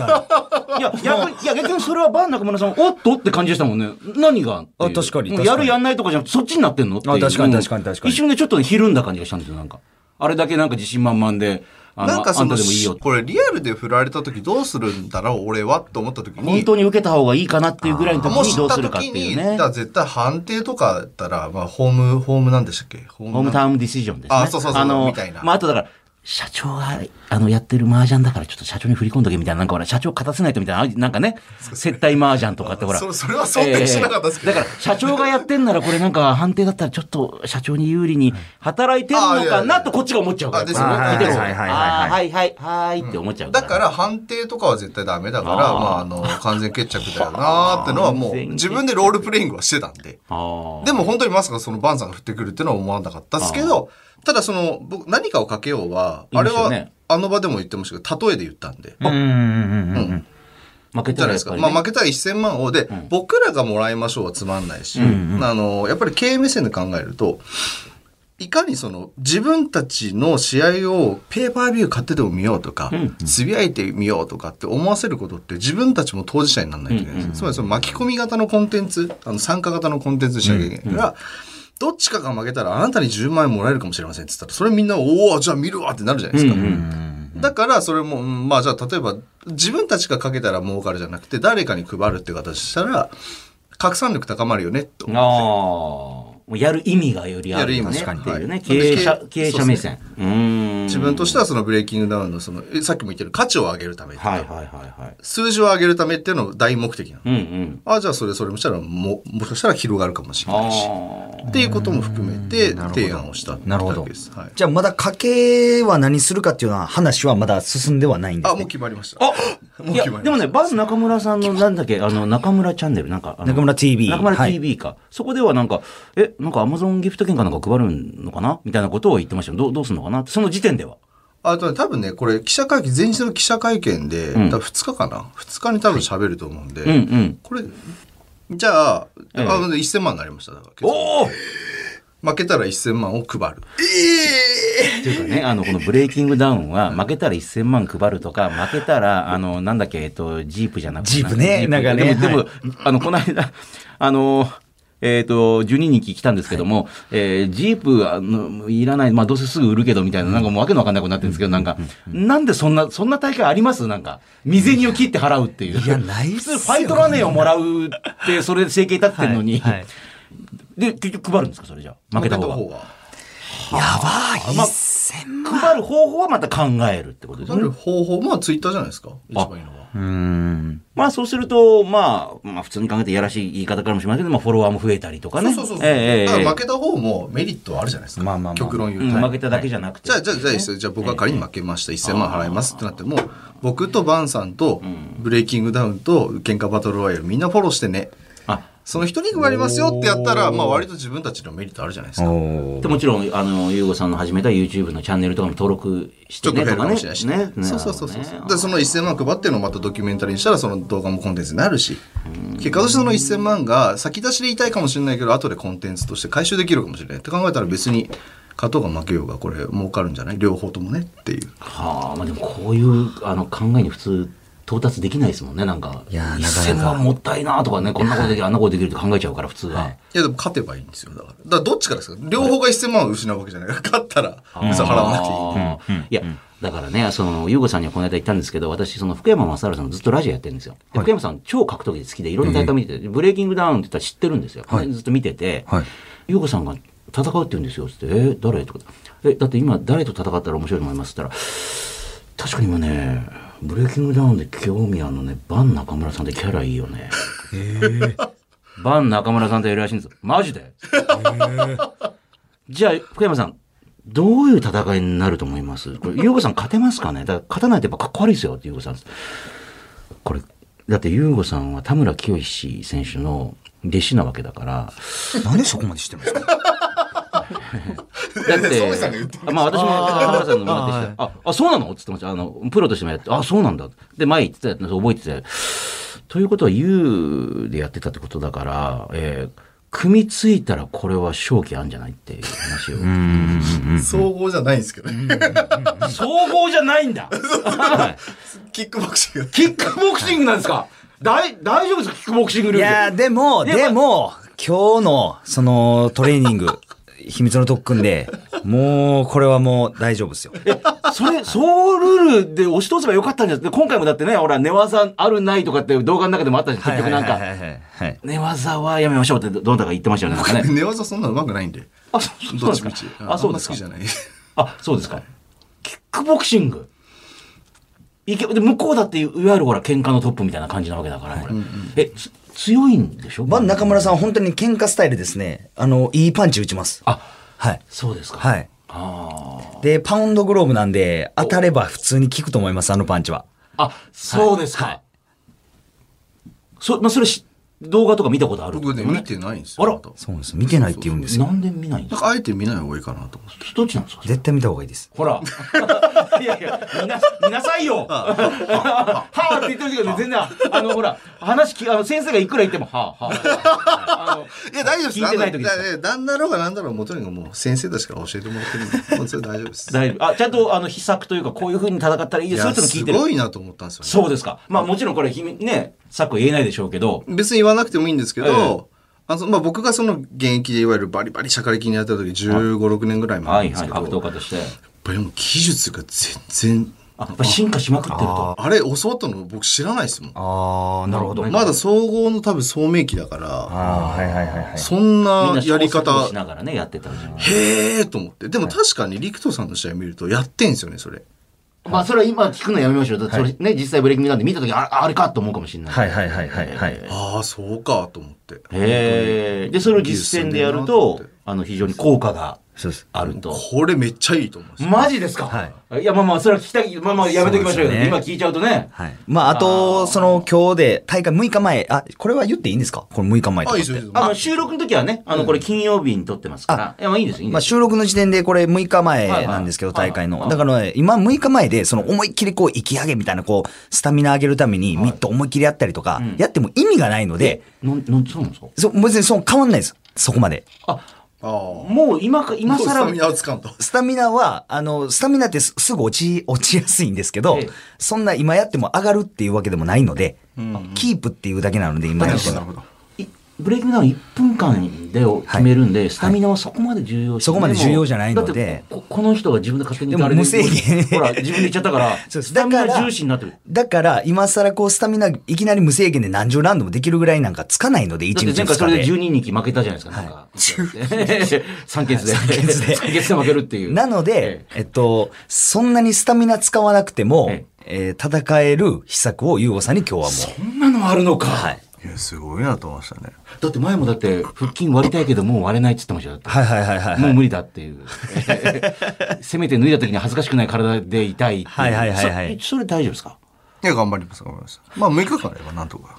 Speaker 1: いや、逆に、いや、逆にそれはバン中村さん、おっとって感じでしたもんね。何がっていう
Speaker 2: あ確かに
Speaker 1: もう
Speaker 2: 確か
Speaker 1: や
Speaker 2: に
Speaker 1: るやんないとかじゃなくて、そっちになってんのっていう
Speaker 2: あ確かに確かに確かに
Speaker 1: 一瞬でちょっとひるんだ感じがしたんですよ、なんか。あれだけなんか自信満々で、 [LAUGHS] あの、
Speaker 4: なんかそ
Speaker 1: あんた
Speaker 4: の
Speaker 1: でもいいよって
Speaker 4: これリアルで振られた時どうするんだろう俺はって思った時に
Speaker 1: 本当に受けた方がいいかなっていうぐらいの時
Speaker 4: も
Speaker 1: に
Speaker 4: し
Speaker 1: どう
Speaker 4: た
Speaker 1: するかって
Speaker 4: 時
Speaker 1: い
Speaker 4: に、
Speaker 1: うね
Speaker 4: だか。ら絶対判定とかだったら、まあ、ホーム、ホームなんでしたっけホー
Speaker 1: ホーム
Speaker 4: ン
Speaker 1: タウンディシジョンですね。
Speaker 4: あそうそうそう
Speaker 1: あの、
Speaker 4: みたいな
Speaker 1: まあ、あとだから、社長が、あの、やってる麻雀だから、ちょっと社長に振り込んどけみたいな、なんかほら、社長勝たせないとみたいなあ、なんかね、接待麻雀とかってほら。
Speaker 4: そ [LAUGHS] それは想定してなかったですけど。
Speaker 1: ええだから、社長がやってんなら、これなんか、判定だったら、ちょっと、社長に有利に働いてんの
Speaker 4: あいや
Speaker 1: か
Speaker 4: いや
Speaker 1: なと、こっちが思っちゃうから。
Speaker 4: あですよね
Speaker 1: やっぱ見ても
Speaker 4: はい
Speaker 2: はいはいはい
Speaker 1: あーはいはい、はいって思っちゃう
Speaker 4: だ
Speaker 1: から。
Speaker 4: から判定とかは絶対ダメだから、
Speaker 1: あー
Speaker 4: まあ、あの、完全決着だよなーってのはもう
Speaker 1: 完全決着、
Speaker 4: 自分でロールプレイングはしてたんで。
Speaker 1: あー
Speaker 4: でも本当にまさかそのバンさんが降ってくるってのは思わなかったですけど、ただその、僕、何かをかけようは、
Speaker 1: いい
Speaker 4: あ
Speaker 1: で
Speaker 4: れ
Speaker 1: すよね
Speaker 4: は、あの場でも言ってましたけど、例えで言ったんで。
Speaker 2: うんうんうんうん。
Speaker 1: 負け
Speaker 4: じ
Speaker 1: たら
Speaker 4: ゃない
Speaker 1: や
Speaker 4: で
Speaker 1: っ
Speaker 4: す
Speaker 1: ぱ
Speaker 4: か。
Speaker 1: り、ね。
Speaker 4: まあ、負けたら1000万をで、僕らがもらいましょうはつまんないし、あの、やっぱり経営目線で考えると、いかにその自分たちの試合をペーパービュー買ってでも見ようとか、つぶやいてみようとかって思わせることって自分たちも当事者にならないといけないんですよ、つまりその巻き込み型のコンテンツ、あの参加型のコンテンツにしなきゃいけないから、どっちかが負けたらあなたに10万円もらえるかもしれませんって言ったら、それみんな、おお、じゃあ見るわってなるじゃないですか。だからそれも、うんまあじゃあ例えば自分たちがかけたら儲かるじゃなくて誰かに配るって形したら拡散力高まるよねと。
Speaker 1: ああ。もうやる意味がよりあるよね。
Speaker 4: やる意味
Speaker 1: っていう
Speaker 4: は
Speaker 1: ね。
Speaker 4: い
Speaker 1: 経営者
Speaker 4: そうです、ね
Speaker 1: 経営者目線。うーん。
Speaker 4: 自分としてはそのブレイキングダウンのそのえさっきも言ってる価値を上げるためとか
Speaker 1: はいはいはいはい。
Speaker 4: 数字を上げるためっていうのを大目的なの。
Speaker 1: うんうん。
Speaker 4: あじゃあそれそれもしたらももしかしたら広がるかもしれないし
Speaker 1: ああ。
Speaker 4: っていうことも含めて提案をしたって
Speaker 2: なるほ
Speaker 4: だ
Speaker 2: ど
Speaker 4: けです。はい。
Speaker 2: じゃあ、まだ家計は何するかっていうのは話はまだ進んではないんで
Speaker 4: あ
Speaker 2: す
Speaker 4: もう
Speaker 2: ね。
Speaker 4: 決まりました。
Speaker 1: あ
Speaker 4: [LAUGHS] もう
Speaker 1: いや
Speaker 4: 決まりました
Speaker 1: でもね、バズ中村さんの、なんだっけ、あの、中村チャンネル、なんか、あの
Speaker 2: 中村 TV
Speaker 1: 中村
Speaker 2: はい
Speaker 1: TV か。そこではなんか、え、なんかアマゾンギフト券かなんか配るのかなみたいなことを言ってましたよ。どう、どうすんのかなってその時点では。
Speaker 4: あとね多分ねこれ記者会見前日の記者会見で、
Speaker 1: ん
Speaker 4: 多分2日かな2日に多分喋ると思うんで、
Speaker 1: うんうん。
Speaker 4: これ、じゃあ、
Speaker 1: ええ
Speaker 4: あの1000万になりました。だから
Speaker 1: おおっ
Speaker 4: 負けたら1000万を配る。
Speaker 1: ていうかね、あの、このブレイキングダウンは、負けたら1000万配るとか、負けたら、あの、なんだっけ、えっと、ジープじゃなくて。
Speaker 2: ジープね
Speaker 1: ジー
Speaker 2: なんかね
Speaker 1: でも、
Speaker 2: は
Speaker 1: でもあの、この間、あの、えっ、と、12人来たんですけども、えージープあのいらない、まあどうせすぐ売るけどみたいな、なんかもうわけのわかんなくなってるんですけど、なんか、なんでそんな、そんな大会ありますなんか、未銭を切って払うっていう。
Speaker 2: いやないっ
Speaker 1: 普
Speaker 2: すよ
Speaker 1: 通、ファイトラネをもらうって、それで生計立ってんのに、
Speaker 2: はいはい
Speaker 1: で、結局配るんですか、それじゃあ。負けた方が。
Speaker 4: が。
Speaker 2: やばい。
Speaker 1: まあ
Speaker 2: 1000
Speaker 1: 配る方法はまた考えるってことです
Speaker 4: 配
Speaker 1: ね
Speaker 4: る。方法、まあツイッターじゃないですか。一番いいのは。
Speaker 1: まあそうすると、まあ、まあ普通に考えてやらしい言い方かもしれませんけど、まあフォロワーも増えたりとか
Speaker 4: そう
Speaker 1: ね。
Speaker 4: そうそうそう。
Speaker 1: ええええ
Speaker 4: だから負けた方もメリットはあるじゃないですか。
Speaker 2: まあまあまあ
Speaker 4: 極論言う
Speaker 1: う
Speaker 4: と。
Speaker 1: ん負けただけじゃなくて。
Speaker 4: じゃあ、じゃあ、じゃあいいですよ、じゃあ僕は仮に負けました。1000万払いますってなっても、僕とバンさんと、ブレイキングダウンと、喧嘩バトルロワイヤルみんなフォローしてね。
Speaker 1: あ
Speaker 4: その人に配りますよってやったら、まあ割と自分たちのメリットあるじゃないですか。
Speaker 2: おー
Speaker 1: でもちろん、あの、ゆうごさんの始めた YouTube のチャンネルとかも登録し
Speaker 4: ちょ
Speaker 1: てね
Speaker 4: っと減
Speaker 1: と
Speaker 4: る
Speaker 1: か
Speaker 4: か
Speaker 1: ね。
Speaker 4: もしれないしね。そうそうそうそう。で、その1000万配っていうのをまたドキュメンタリーにしたら、その動画もコンテンツになるし、結果としてその1000万が先出しで言いたいかもしれないけど、後でコンテンツとして回収できるかもしれないって考えたら別に、勝とうが負けようがこれ儲かるんじゃない両方ともねっていう。
Speaker 1: はあ、まあでもこういうあの考えに普通到達できないですもんね、なんか。
Speaker 2: いやーなかなか
Speaker 1: 1000万もったいなとかね、こんなことできる、あんなことできるって考えちゃうから、普通は。
Speaker 4: いやでも勝てばいいんですよだからだからどっちかですか両方が1000万を失うわけじゃないから勝ったら別に払わなくていい
Speaker 1: ていい。いや、だからね、その、ゆうごさんにはこの間言ったんですけど、私、その、福山雅治さんのずっとラジオやってるんですよ。で福山さん、超格闘技好きで、いろんな大会見てて、ブレイキングダウンって言ったら知ってるんですよ。ずっと見てて、
Speaker 2: はい
Speaker 1: ゆうごさんが戦うって言うんですよ。つって、えー誰とか。え、だって今、誰と戦ったら面白いと思いますって言ったら、確かに今ね、ブレイキングダウンで興味あるのね、バン中村さんってキャラいいよね。バン中村さんとやるらしいんですよ。マジでじゃあ、福山さん、どういう戦いになると思いますこれ、ゆうごさん勝てますかねだから勝たないとやっぱかっこ悪いですよって、ゆうごさん。これ、だってゆうごさんは田村清志選手の弟子なわけだから、
Speaker 2: なんでそこまでしてますか
Speaker 1: だっ、
Speaker 4: [LAUGHS] そうですよね言って
Speaker 1: まあ私も田村さんのもらってきて、あ、あ、そうなのって言ってました。あの、プロとしてもやって、あ、そうなんだ。で、前言ってたやつ覚えてて。ということは U でやってたってことだから、えー組みついたらこれは勝機あんじゃないっていう話を。
Speaker 4: [LAUGHS] 総合じゃないんですけどね
Speaker 1: 総合じゃないん
Speaker 4: [LAUGHS]
Speaker 1: だ、はい
Speaker 4: キックボクシング
Speaker 1: キックボクシングなんですか大大丈夫ですかキックボクシングル
Speaker 2: い
Speaker 1: ールで
Speaker 2: やーでも、でも、今日の、その、トレーニング、 [LAUGHS] 秘密の特訓で、もう、これはもう大丈夫ですよ。
Speaker 1: それ、そうルールで押し通せばよかったんじゃないですか今回もだってね、ほら、寝技あるないとかって動画の中でもあったじゃん。結局なん
Speaker 2: はいは
Speaker 1: か、
Speaker 2: いはいはいはい。
Speaker 1: 寝技はやめましょうってどなたか言ってましたよね。なんかね
Speaker 4: [LAUGHS] 寝技そんな上手くないんで
Speaker 1: [LAUGHS] あ、そうそう
Speaker 4: [LAUGHS] ど
Speaker 1: な
Speaker 4: っ
Speaker 1: ん
Speaker 4: ち
Speaker 1: で
Speaker 4: み
Speaker 1: す
Speaker 4: ち
Speaker 1: か。
Speaker 4: あ
Speaker 1: あ、そ
Speaker 4: ん
Speaker 1: う
Speaker 4: ま
Speaker 1: で
Speaker 4: 好
Speaker 1: すか
Speaker 4: きじゃない [LAUGHS]
Speaker 1: あ、そうですか。キックボクシング。いけで向こうだっていわゆるほら喧嘩のトップみたいな感じなわけだから、これえつ強いんでしょ
Speaker 2: バン中村さん、本当に喧嘩スタイルですね。あの、いいパンチ打ちます。
Speaker 1: あ
Speaker 2: はい。
Speaker 1: そうですか
Speaker 2: はい。
Speaker 1: あー
Speaker 2: で、パウンドグローブなんで、当たれば普通に効くと思います、あのパンチは。
Speaker 1: あそうですか、そまあ、それし動画とか見たことある
Speaker 4: 僕ね見てないんです
Speaker 1: あ
Speaker 4: よ
Speaker 1: ら
Speaker 4: まだ
Speaker 2: そうなんです。見てないって言うんですよ。
Speaker 1: なんで見ないんで
Speaker 4: なん
Speaker 1: すか
Speaker 4: かあえて見ない方がいいかなと思って
Speaker 1: どっちなんですか
Speaker 2: 絶対見た方がいいです。
Speaker 1: ほ
Speaker 4: [LAUGHS]
Speaker 1: ら。いやいや、見な、見なさいよ。はあって言ってるけど、全然、あの、ほら、話き、あの、先生がいくら言っても、はあ、はあ。あの
Speaker 4: いや、大丈夫です。
Speaker 1: 聞いてない時です
Speaker 4: あのだだなんだろうがなんだろうが、もとにかくもう先生たちから教えてもらってるんで、もうそれ大丈夫です。
Speaker 1: 大丈夫。あ、ちゃんと、あの、秘策というか、こういう風に戦ったらい [LAUGHS] い
Speaker 4: い
Speaker 1: ですよっての聞いて
Speaker 4: すご
Speaker 1: る。
Speaker 4: いなと思ったんですよ、ね。
Speaker 1: そうですか。まあ、もちろんこれ、君ね、策は言えないでしょうけど、
Speaker 4: 別に言わなくてもいいんですけど、
Speaker 1: え
Speaker 4: あのまあ、僕がその現役でいわゆるバリバリ社会的にやってた時15、6年ぐらい前な
Speaker 1: は
Speaker 4: ん
Speaker 1: い
Speaker 4: で
Speaker 1: は
Speaker 4: す
Speaker 1: い、
Speaker 4: けど、
Speaker 1: 格闘
Speaker 4: やっ
Speaker 1: 家として。
Speaker 4: ぱりもう技術が全然、
Speaker 1: あ、やっぱ進化しまくってると。
Speaker 4: あれ教わったの僕知らないですもん。
Speaker 2: あー、なるほど。
Speaker 1: あ
Speaker 4: まだ総合の多分聡明期だから、
Speaker 2: あー、はいはいはいはい。
Speaker 4: そん
Speaker 1: みん
Speaker 4: な
Speaker 1: な
Speaker 4: やり
Speaker 1: 試行錯
Speaker 4: 方
Speaker 1: 誤し、ながらね、やってたじゃん。
Speaker 4: へえーと思って。でも確かに陸斗さんの試合見るとやってんすよね、それ。
Speaker 1: まあ、それは今聞くのやめましょう。だってそれね、実際ブレイキングダウンで見た時、ああれかと思うかもしれない。
Speaker 2: はいはいはいはいはい。
Speaker 4: ああ、そうかと思って。
Speaker 1: へえ。で、それを実践でやると
Speaker 4: 技術だなと思って、
Speaker 1: あの、非常に効果が
Speaker 2: そうです。
Speaker 1: あると。
Speaker 4: これめっちゃいいと思うんですよ。
Speaker 1: マジですかい。や、まあまあ、それは聞きたい。まあまあ、やめときましょうよ。
Speaker 2: そうですね
Speaker 1: 今聞いちゃうとね。
Speaker 2: はい。まあ、あと、その、今日で、大会6日前、あ、これは言っていいんですかこれ6日前と
Speaker 4: あ、
Speaker 2: か
Speaker 4: いい
Speaker 2: っ
Speaker 4: ですよ、いい
Speaker 2: て。
Speaker 4: ですよ
Speaker 1: あ、まあ収録の時はね、あの、これ金曜日に撮ってますから。いや、まあいいんですよ、いいんで
Speaker 2: まあ、
Speaker 1: すよ。
Speaker 2: 収録の時点でこれ6日前なんですけど、
Speaker 1: はいはい
Speaker 2: 大会
Speaker 1: は
Speaker 2: の。
Speaker 1: い
Speaker 2: だからね、今6日前で、その思いっきりこう、息上げみたいな、こう、スタミナ上げるために、ミット思いっきりやったりとか、やっても意味がないので、
Speaker 1: なん、なん、そうなんですか
Speaker 2: そ別にそう変わんないです。そこまで。
Speaker 1: あ、
Speaker 4: ああ。
Speaker 1: もう今か、今
Speaker 4: 今更。スタ
Speaker 1: 更
Speaker 4: ミ。ナをつかんと。
Speaker 2: スタミナは、あの、スタミナってすすぐ落ち、落ちやすいんですけど、
Speaker 1: ええ
Speaker 2: そんな今やっても上がるっていうわけでもないので、キープっていうだけなので、今やっても。
Speaker 1: いブレイキングダウン1分間でを決めるんで、スタミナはそこまで重要視
Speaker 2: そこまで重要じゃないので
Speaker 1: だってここの人が自分で勝手に言って
Speaker 2: でも無制限
Speaker 1: ほら、自分で言っちゃったから、
Speaker 2: [LAUGHS] そうです
Speaker 1: スタミナ重視になってる。
Speaker 2: だから、今更こう、スタミナ、いきなり無制限で何十ラウンドもできるぐらいなんかつかないので、1
Speaker 1: だって
Speaker 2: 日
Speaker 1: 前回
Speaker 2: 2
Speaker 1: そ
Speaker 2: 日
Speaker 1: れで
Speaker 2: で。
Speaker 1: 12人負けたじゃないですか、なん [LAUGHS] か。3決で。
Speaker 2: 三欠で
Speaker 1: 三欠で負けるっていう。
Speaker 2: なので、えっと、そんなにスタミナ使わなくても
Speaker 1: え、
Speaker 2: えー戦える秘策を優吾さんに今日はも
Speaker 1: こんなのあるのか。
Speaker 2: う。はい。
Speaker 3: いや、すごいなと思いましたね。
Speaker 1: だって前もだって、腹筋割りたいけどもう割れないって言ってましたよだって。
Speaker 2: はいはいはいはい
Speaker 1: も
Speaker 2: は
Speaker 1: う
Speaker 2: い。
Speaker 1: 無理だっていう。 [LAUGHS] せめて脱いだ時に恥ずかしくない体で痛いってう
Speaker 2: はいはいはいはい
Speaker 1: そそれ大丈夫ですか
Speaker 3: いや、頑張ります、頑張ります。まあ、6日間あればなんとか。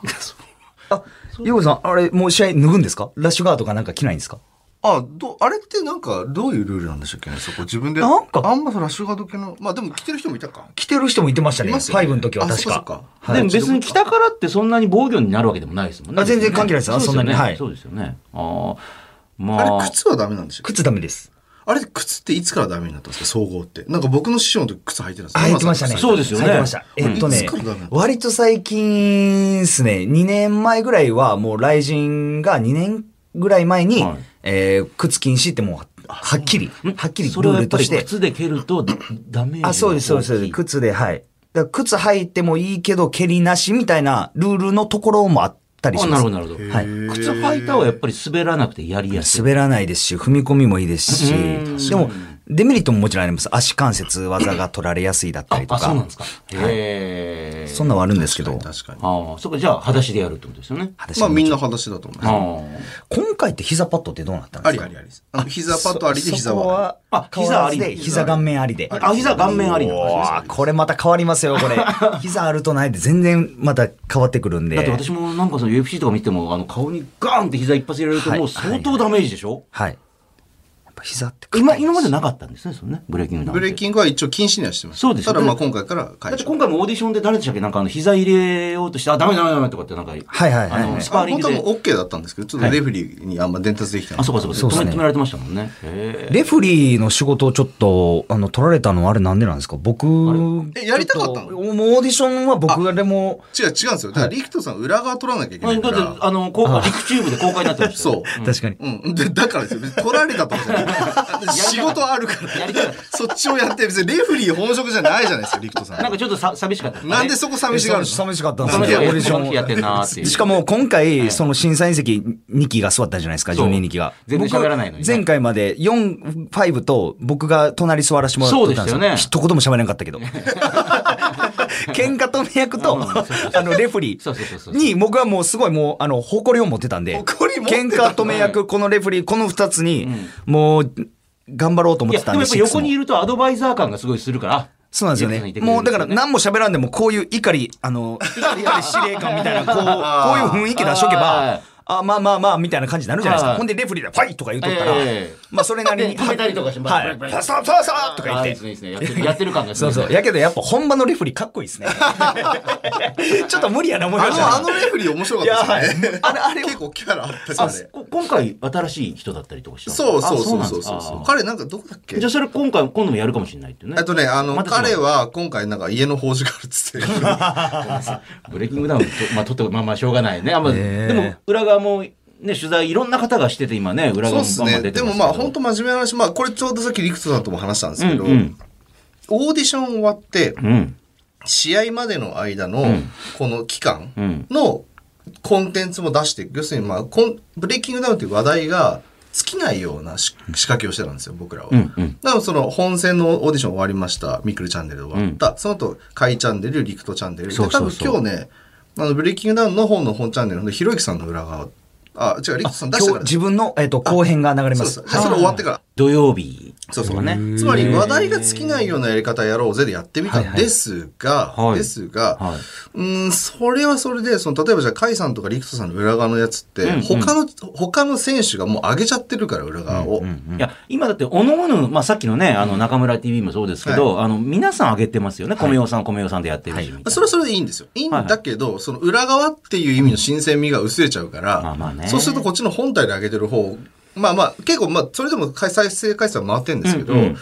Speaker 2: あ、優吾さん、あれ、もう試合脱ぐんですかラッシュガードかなんか着ないんですか
Speaker 4: [LAUGHS] あ、ど、あれってなんか、どういうルールなんでしたっけね、そこ。自分で。
Speaker 2: なんか
Speaker 4: あんまそのラッシュガード系の、まあでも着てる人もいたか。
Speaker 2: 着てる人もいてましたね。
Speaker 4: いますよね
Speaker 2: 5の時は確
Speaker 4: あ
Speaker 2: か
Speaker 4: そっ。か
Speaker 2: はい
Speaker 1: でも別に来たからってそんなに防御になるわけでもないですもんね。
Speaker 2: あ全然関係ないで
Speaker 1: そう
Speaker 2: す
Speaker 1: よね
Speaker 2: あそんなにはい
Speaker 1: そうですよね。ああ、ま
Speaker 4: あ
Speaker 1: あ。
Speaker 4: れ、靴はダメなんでしょ
Speaker 2: 靴ダメです。
Speaker 4: あれ、靴っていつからダメになったんですか総合って。なんか僕の師匠の時靴履いてるんです
Speaker 2: あ、言ってましたね。
Speaker 1: そうですよね
Speaker 2: 言ってました。えっと
Speaker 4: い
Speaker 2: ね
Speaker 4: つからだろう、
Speaker 2: 割と最近ですね、2年前ぐらいはもう雷神が2年ぐらい前に、
Speaker 1: はい
Speaker 2: えー靴禁止ってもう、はっきり、はっきりル
Speaker 1: それは
Speaker 2: ー
Speaker 1: やっ
Speaker 2: ル
Speaker 1: ぱ
Speaker 2: と
Speaker 1: り
Speaker 2: して。
Speaker 1: 靴で蹴る
Speaker 2: [COUGHS]
Speaker 1: とダメージが大きい。
Speaker 2: あ、そうです、そうです、そうです。靴で、はい。だから靴履いてもいいけど、蹴りなしみたいなルールのところもあったりし
Speaker 1: あ
Speaker 2: ま
Speaker 1: な
Speaker 2: す
Speaker 1: るほ。ど、なるほど。
Speaker 2: はい
Speaker 1: 靴履いたはやっぱり滑らなくてやりやすい。
Speaker 2: 滑らないですし、踏み込みもいいですし、でも、デメリットももちろんあります。足関節技が取られやすいだったりと
Speaker 1: あ、
Speaker 2: か。
Speaker 1: そうなんですか。へえ。
Speaker 2: そんなんはあるんですけど、
Speaker 4: 確かに。
Speaker 1: ああ、そこじゃあ、裸足でやるってことですよね。
Speaker 2: 私
Speaker 4: まあみんな裸足だと思います。
Speaker 1: あ
Speaker 2: 今回って膝パッドってどうなったん
Speaker 4: あ
Speaker 2: です
Speaker 4: り
Speaker 2: か
Speaker 4: ありありです。あの膝パッドありで膝
Speaker 2: そこ
Speaker 4: は。
Speaker 2: は
Speaker 1: あ
Speaker 2: 変わらずで
Speaker 1: 膝あり
Speaker 2: 膝顔面ありで。
Speaker 1: あ。あ、膝顔面ありなんですね
Speaker 2: おーこれまた変わりますよ、
Speaker 1: [LAUGHS]
Speaker 2: これ。膝あるとないで全然また変わってくるんで。
Speaker 1: だって私もなんかその UFC とか見ても、あの顔にガーンって膝一発入れると
Speaker 2: はい
Speaker 1: もう相当ダメージでしょ、
Speaker 2: はい。やっぱ膝って
Speaker 1: 今、今までなかったんですね、そのね、ブレーキングダウンって。
Speaker 4: ブレーキングは一応禁止にはしてます。
Speaker 1: そうですよ
Speaker 4: た
Speaker 1: ね
Speaker 4: だまあ今回から解
Speaker 1: だって
Speaker 4: 除。
Speaker 1: 今回もオーディションで誰でしたっけなんかあの膝入れようとして、あ、ダメダメダメとかってなんか、
Speaker 2: はいはいはい
Speaker 1: あ
Speaker 2: はい
Speaker 1: の、スパーリン
Speaker 4: 本
Speaker 1: グ
Speaker 4: 当はも
Speaker 1: で。
Speaker 4: う OK だったんですけど、ちょっとレフェリーにあんま伝達できてない。
Speaker 1: あ、そうかそうか、
Speaker 2: そうっす
Speaker 1: 止
Speaker 2: ね
Speaker 1: め止められてましたもんね。へえ
Speaker 2: レフリーの仕事をちょっと、あの、取られたのはあれなんでなんですか僕、
Speaker 4: えやりたかったの
Speaker 2: ちょともうオーディションは僕がでも、
Speaker 4: 違う、違うんですよ。だから、リクトさん裏側取らなきゃいけ
Speaker 1: だ
Speaker 4: な
Speaker 1: っ
Speaker 4: い
Speaker 1: て
Speaker 4: から。、
Speaker 1: あの、こう、陸チューブで公開になってましたよ。
Speaker 4: そう。
Speaker 2: 確かに。
Speaker 4: うん。で、だからですよ。別に取られたとかじゃない。仕事あるから。
Speaker 1: やりたかっ
Speaker 4: そっちをやって、別にレフェリー本職じゃないじゃないですか、リクトさん。
Speaker 1: なんかちょっとさ寂しかったですね。
Speaker 4: なんでそこ寂しがるの
Speaker 2: 寂しかったんです
Speaker 1: 寂し
Speaker 2: よ
Speaker 1: か
Speaker 2: オ
Speaker 1: ったで
Speaker 2: ーディ
Speaker 1: すね
Speaker 2: ショ
Speaker 1: この日やってん
Speaker 2: ン。
Speaker 1: なーっていう。
Speaker 2: しかも今回、その審査員席2期が座ったじゃないですか、ジ
Speaker 1: そう
Speaker 2: ョニー2期が。
Speaker 1: 全然喋らないのにね
Speaker 2: 僕前回まで4、5と僕が隣座らせてもらってたんです
Speaker 1: そうで
Speaker 2: よ。
Speaker 1: したよね
Speaker 2: 一言も喋れなかっ
Speaker 1: [LAUGHS]
Speaker 2: たけど。喧嘩止め役と、あの、レフリ
Speaker 1: そうそうそうそ
Speaker 2: ー
Speaker 1: う
Speaker 2: に、僕はもうすごいもう、あの、誇りを持ってたんで、
Speaker 4: 誇り持ってた
Speaker 2: 喧
Speaker 4: んだ
Speaker 2: 嘩止め役、このレフリー、この2つに、もう、頑張ろうと思
Speaker 1: いや、
Speaker 2: っ
Speaker 1: で
Speaker 2: てたん
Speaker 1: も
Speaker 2: で
Speaker 1: やっぱ横にい
Speaker 2: いつも
Speaker 1: るとアドバイザー感がすごいするから。
Speaker 2: そうなんですよ
Speaker 1: 横にいてく
Speaker 2: ね。
Speaker 1: れる
Speaker 2: も
Speaker 1: ん
Speaker 2: う
Speaker 1: です
Speaker 2: だか
Speaker 1: よね
Speaker 2: ら何も喋らんでもこういう怒り、
Speaker 1: [LAUGHS]
Speaker 2: あの、怒りあり司令官みたいな、こう、こういう雰囲気出しとけ
Speaker 1: はい
Speaker 2: ば、あ、まあまあまあ、みたいな感じになるじゃないです
Speaker 1: は
Speaker 2: か。
Speaker 1: い
Speaker 2: ほんでレフリーで、ファイとか言うとったら
Speaker 1: ええ、
Speaker 2: まあそれなりに。
Speaker 1: で止めたりとかしてまあ
Speaker 2: はい。
Speaker 1: ブレブ
Speaker 2: パ
Speaker 1: レ
Speaker 2: サパサとか言
Speaker 1: あ
Speaker 2: っ
Speaker 1: いい
Speaker 2: て
Speaker 1: です。ね、いいですね。やってるやってる感がす
Speaker 2: そ
Speaker 1: ご
Speaker 2: う
Speaker 1: い
Speaker 2: そう。やけどやっぱ本場のレフリーかっこ
Speaker 1: [LAUGHS]
Speaker 2: いいですね。ちょっと無理やな思いましたね。
Speaker 4: あの、あのレフェリー面白かったですよね。あれ、あれ。 [LAUGHS] 結構キャラあったし、あれ。
Speaker 1: こ今回新しい人だったりとかしたの
Speaker 4: そうそうそう
Speaker 1: あ
Speaker 4: そう
Speaker 1: な
Speaker 4: そ
Speaker 1: んで
Speaker 4: う
Speaker 1: す
Speaker 4: そう。
Speaker 1: あ
Speaker 4: 彼なんかどこだっけ
Speaker 1: じゃあそれ今回、今度もやるかもしれないっていうね。
Speaker 4: えっとね、あの、
Speaker 1: またそ
Speaker 4: 彼は今回なんか家の法事があるっつって。
Speaker 1: [LAUGHS] ブレイキングダウンと、まあ、撮って、まあまあ、しょうがないね。あんま
Speaker 2: ねえ
Speaker 1: でも、裏側も、ね、取材いろんな方がしてて、今ね、裏
Speaker 4: そう
Speaker 1: 側も
Speaker 4: っす
Speaker 1: バンバ
Speaker 4: ね。
Speaker 1: ン出て
Speaker 4: で
Speaker 1: ます
Speaker 4: も
Speaker 1: けど。
Speaker 4: まあ本当真面目な話、まあこれちょうどさっきリクトさんとも話したんですけど、
Speaker 1: うんうん
Speaker 4: オーディション終わって、
Speaker 1: うん。
Speaker 4: 試合までの間の
Speaker 1: ん
Speaker 4: この期間
Speaker 1: うん
Speaker 4: のコンテンツも出していく、要するにまあコンブレイキングダウンという話題が尽きないようなし仕掛けをしてたんですよ、僕らは。
Speaker 1: うんうん
Speaker 4: なのでその本戦のオーディション終わりました、ミクルチャンネル終わった、その後、カイチャンネル、リクトチャンネル。で
Speaker 1: そ
Speaker 4: 多
Speaker 1: うそう
Speaker 4: 分
Speaker 1: そう
Speaker 4: 今日ね、あのブレイキングダウンの本の本チャンネルのひろゆきさんの裏側、あ、違う、リクトさん出した
Speaker 2: 今
Speaker 4: か
Speaker 2: 日
Speaker 4: ら。
Speaker 2: 自分の、えっと、後編が流れま
Speaker 4: そ
Speaker 2: す
Speaker 4: う。そうそれ終わってから。
Speaker 1: 土曜日。
Speaker 4: そうそう
Speaker 1: とかね。
Speaker 4: つまり話題が尽きないようなやり方やろうぜでやってみたんですが、
Speaker 1: はいはい
Speaker 4: ですが、
Speaker 1: はいう
Speaker 4: ーん、それはそれで、その、例えばじゃあ、カイさんとかリクトさんの裏側のやつって、
Speaker 1: うんうん
Speaker 4: 他の、他の選手がもう上げちゃってるから、裏側を。
Speaker 1: いや、今だって、おのおの、まあ、さっきのね、あの、中村 TV もそうですけど、あの、皆さん上げてますよね。米尾さん、米尾さんでやってるし、みたいな
Speaker 4: それはそれでいいんですよ。いいんだけど、その裏側っていう意味の新鮮味が薄れちゃうから、
Speaker 1: まあまあね
Speaker 4: そうするとこっちの本体で上げてる方、まあまあ、結構、まあ、それでも再生回数は回ってるんですけど、
Speaker 1: うん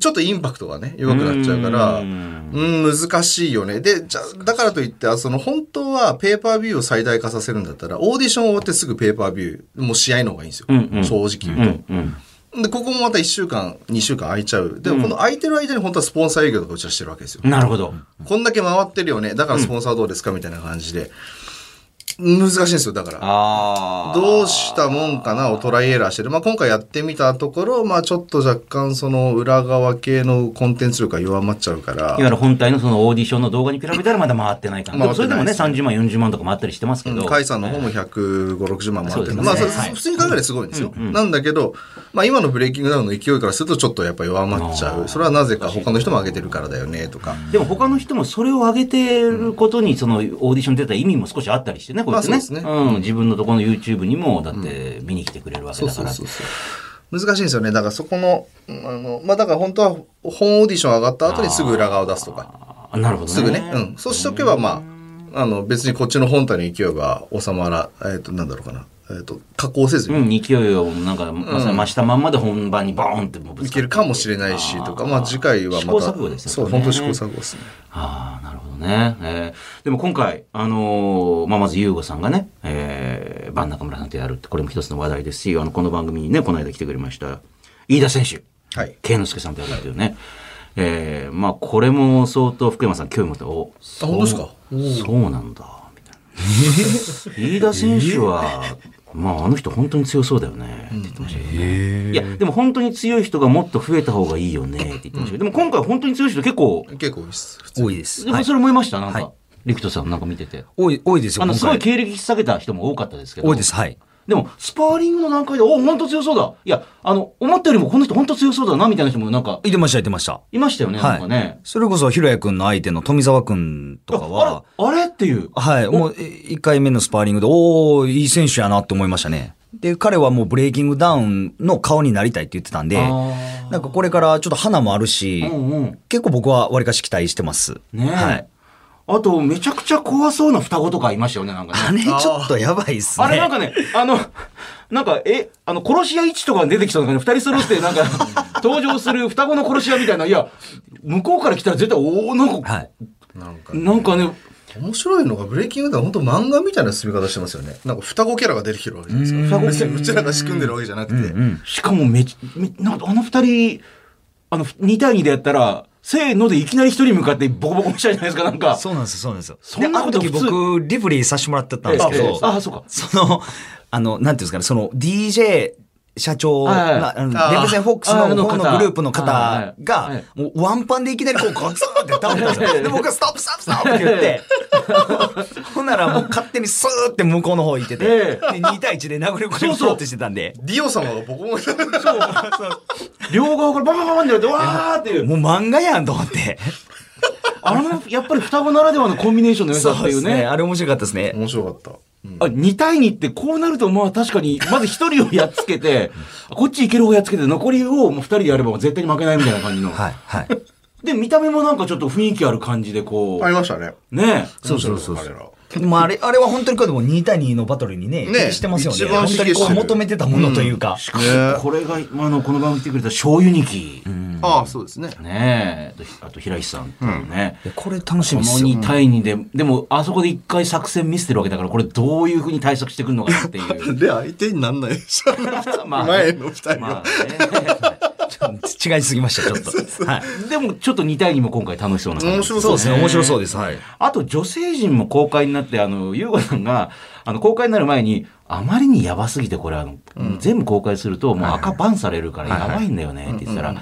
Speaker 4: ちょっとインパクトがね、弱くなっちゃうから、
Speaker 1: う
Speaker 4: うんん、難しいよね。で、じゃあだからといって、その本当はペーパービューを最大化させるんだったら、オーディション終わってすぐペーパービュー、もう試合の方がいいんですよ。
Speaker 1: うんうん
Speaker 4: 正直言うと。
Speaker 1: うんうん。
Speaker 4: で、ここもまた1週間、2週間空いちゃう。でも、この空いてる間に本当はスポンサー営業とかうちらしてるわけですよ。
Speaker 1: なるほど。
Speaker 4: こんだけ回ってるよね。だからスポンサーどうですかみたいな感じで。難しいんですよ、だから。
Speaker 1: ああ。
Speaker 4: どうしたもんかなをトライエラーしてる。まあ、今回やってみたところ、まあ、ちょっと若干その裏側系のコンテンツ力が弱まっちゃうから
Speaker 1: いわ。ゆる本体のそのオーディションの動画に比べたらまだ回ってないかな。でもそれで
Speaker 4: 回ってな
Speaker 1: も
Speaker 4: い
Speaker 1: ね、
Speaker 4: です
Speaker 1: 30万、40万とか回ったりしてますけど。
Speaker 4: カイさんの方も150、60万もあっ
Speaker 1: そ
Speaker 4: てる、
Speaker 1: うですね
Speaker 4: まあ、それ
Speaker 1: はい
Speaker 4: 普通に考えればすごいんですよ。なんだけど、まあ、今のブレイキングダウンの勢いからするとちょっとやっぱ弱まっちゃ
Speaker 1: あー
Speaker 4: う。それはなぜか他の人も上げてるからだよね、とか。
Speaker 1: でも他の人もそれを上げてることに、そのオーディション出た意味も少しあったりしてね、こうやってね。
Speaker 4: まあそうですね
Speaker 1: うん。自分のところの YouTube にも、だって見に来てくれるわけ
Speaker 4: そう
Speaker 1: だか
Speaker 4: そう
Speaker 1: ら。
Speaker 4: そうそう難しいんですよねだからそこのうんあのまあだから本当は本オーディション上がった後にすぐ裏側を出すとか
Speaker 1: あなるほどね。
Speaker 4: すぐね、うん、そうしとけばまああの別にこっちの本体の勢いが収まらえっ、となんだろうかなえー、と加工せずに
Speaker 1: うん、勢いをなんか、まさに増したまんまで本番にボーンってもうぶ
Speaker 4: い
Speaker 1: つか
Speaker 4: け
Speaker 1: る
Speaker 4: るかもしれないしとか、まあ次回はまた。
Speaker 1: 試行錯誤ですね
Speaker 4: そう、本当試行錯誤ですね。
Speaker 1: ああ、なるほどね。えーでも今回、あのーまあ、まず、ゆうごさんがね、えー、バン中村さんとやるって、これも一つの話題ですし、あの、この番組にね、この間来てくれました、飯田選手。
Speaker 4: はい
Speaker 1: 慶之助さんとやるっていうね。えーまあ、これも相当、福山さん興味持って、お、
Speaker 4: あ本当ですか
Speaker 1: そうそうなんだ、みたいな。飯田選手は、まあ、あの人本当に強そうだよね、って言ってましたけどね。いや、でも本当に強い人がもっと増えた方がいいよね、って言ってましたけど、でも今回本当に強い人結構
Speaker 4: 結構多いです。
Speaker 2: 多いです
Speaker 1: でもそれ思いました、なんか、
Speaker 2: はい
Speaker 1: リクトさんなんか見てて。
Speaker 2: 多い、多いですよ。
Speaker 1: あの、
Speaker 2: 今
Speaker 1: すごい経
Speaker 2: 回
Speaker 1: 歴引き下げた人も多かったですけど。
Speaker 2: 多いです。。はい。
Speaker 1: でも、スパーリングの段階で、お、本当強そうだ。いや、あの、思ったよりもこの人本当強そうだな、みたいな人もなんか、
Speaker 2: いてました、いてました。
Speaker 1: いましたよね、なんかね。
Speaker 2: それこそ、ひろやくんの相手の富澤くんとかは、
Speaker 1: ああれあれっていう。
Speaker 2: はい、もう1回目のスパーリングで、おー、いい選手やなって思いましたね。で、彼はもうブレイキングダウンの顔になりたいって言ってたんで、
Speaker 1: あ
Speaker 2: なんかこれからちょっと花もあるし、
Speaker 1: うんうん。
Speaker 2: 結構僕はわりかし期待してます。
Speaker 1: ねえ。
Speaker 2: はい。
Speaker 1: あと、めちゃくちゃ怖そうな双子とかいましたよね、なんかね。
Speaker 2: あれちょっとやばいっすね。
Speaker 1: あれなんかね、あの、なんか、え、あの、殺し屋一とか出てきたのかね、二人揃って、なん
Speaker 2: [LAUGHS]
Speaker 1: か、登場する双子の殺し屋みたいな、いや、向こうから来たら絶対、おおなんか、
Speaker 2: はい。
Speaker 4: なんか、
Speaker 1: なんかね、
Speaker 4: 面白いのが、ブレイキングダウン、本当漫画みたいな進み方してますよね。なんか双子キャラが出てきてるわけじゃないですか。
Speaker 1: うん
Speaker 4: 別にうちらが仕組んでるわけじゃなくて。
Speaker 1: しかもめち、めなんかあの二人、あの、2対2でやったら、せーのでいきなり一人に向かってボコボコにしたじゃないですか、なんか。
Speaker 2: そうなんですよ、そうなんですよ。
Speaker 1: そんなこと
Speaker 2: であ
Speaker 1: 普
Speaker 2: の時
Speaker 1: 通
Speaker 2: 僕、リプレイさせてもらってたんですけ
Speaker 1: ええ
Speaker 2: ど、
Speaker 1: あそうか
Speaker 2: その、あの、なんていうんですかね、その DJ 社長
Speaker 1: はいはい
Speaker 2: な、あ
Speaker 4: あ
Speaker 2: の
Speaker 4: ー
Speaker 2: レブゼン・フォックス
Speaker 1: あーあ
Speaker 2: の
Speaker 1: の
Speaker 2: の
Speaker 1: 方
Speaker 2: のグループの
Speaker 1: はいはい
Speaker 2: 方
Speaker 1: は
Speaker 2: が
Speaker 1: い、
Speaker 2: もうワンパンでいきなりこう、ガツンって倒れたんですよ。で、僕がストップ、ストップ、ストップって言って、ほんならもう勝手にスーって向こうの方行ってて、
Speaker 1: え
Speaker 2: で2対1で殴り込みしようってしてたんで、
Speaker 4: ディオ様がボコボコになる。
Speaker 1: 両側からバンバンバンってやって、わーっていう。
Speaker 2: もう漫画やんと思
Speaker 1: [LAUGHS]
Speaker 2: って。
Speaker 1: あの、やっぱり双子ならではのコンビネーションの良さっていうね。
Speaker 2: あれ面白かったですね。
Speaker 4: 面白かった。うん
Speaker 1: あ、2対2ってこうなると、まあ確かに、まず1人をやっつけ [LAUGHS] て、こっち行ける方やっつけて、残りをもう2人でやれば絶対に負けないみたいな感じの。
Speaker 2: はい、はい。
Speaker 1: で、見た目もなんかちょっと雰囲気ある感じで、こ
Speaker 4: ありましたね。
Speaker 1: う、ねえ。
Speaker 4: そうそうそう。彼ら。
Speaker 2: まあ、あれ、あれは本当にこれでも2対2のバトルにね、
Speaker 4: ね
Speaker 2: ねしてますよね。
Speaker 4: 一番
Speaker 2: 本当にこ
Speaker 4: 刺激して
Speaker 2: う
Speaker 4: る
Speaker 2: 求めてたものというか。
Speaker 1: しかも、これが、まああの、この番組来てくれた小ユニキ。
Speaker 4: ああ、そうですね。
Speaker 1: ねえ。あと、平石さんっていうね。
Speaker 2: いやこれ楽し
Speaker 1: こ
Speaker 2: み
Speaker 1: の
Speaker 2: ですよ。
Speaker 1: 2対2で、でも、あそこで一回作戦見せてるわけだから、これどういうふうに対策してくるのかなっていう。
Speaker 4: で、相手になんないでしょ。
Speaker 1: [LAUGHS] まあ
Speaker 4: 前の二人は
Speaker 1: まあね
Speaker 2: 違いすぎました、ちょっと。はい。
Speaker 1: でも、ちょっと2対2も今回楽しそうな感じ。
Speaker 4: 面白
Speaker 2: そうで
Speaker 4: そうですす
Speaker 2: ね、
Speaker 4: ね
Speaker 2: 面白そうです。はい。
Speaker 1: あと女性陣も公開になって、あの、ゆうごさんが、あの、公開になる前に、あまりにやばすぎて、これ、あの、全部公開すると、もう赤バンされるから、やばいんだよね、って言ってたら、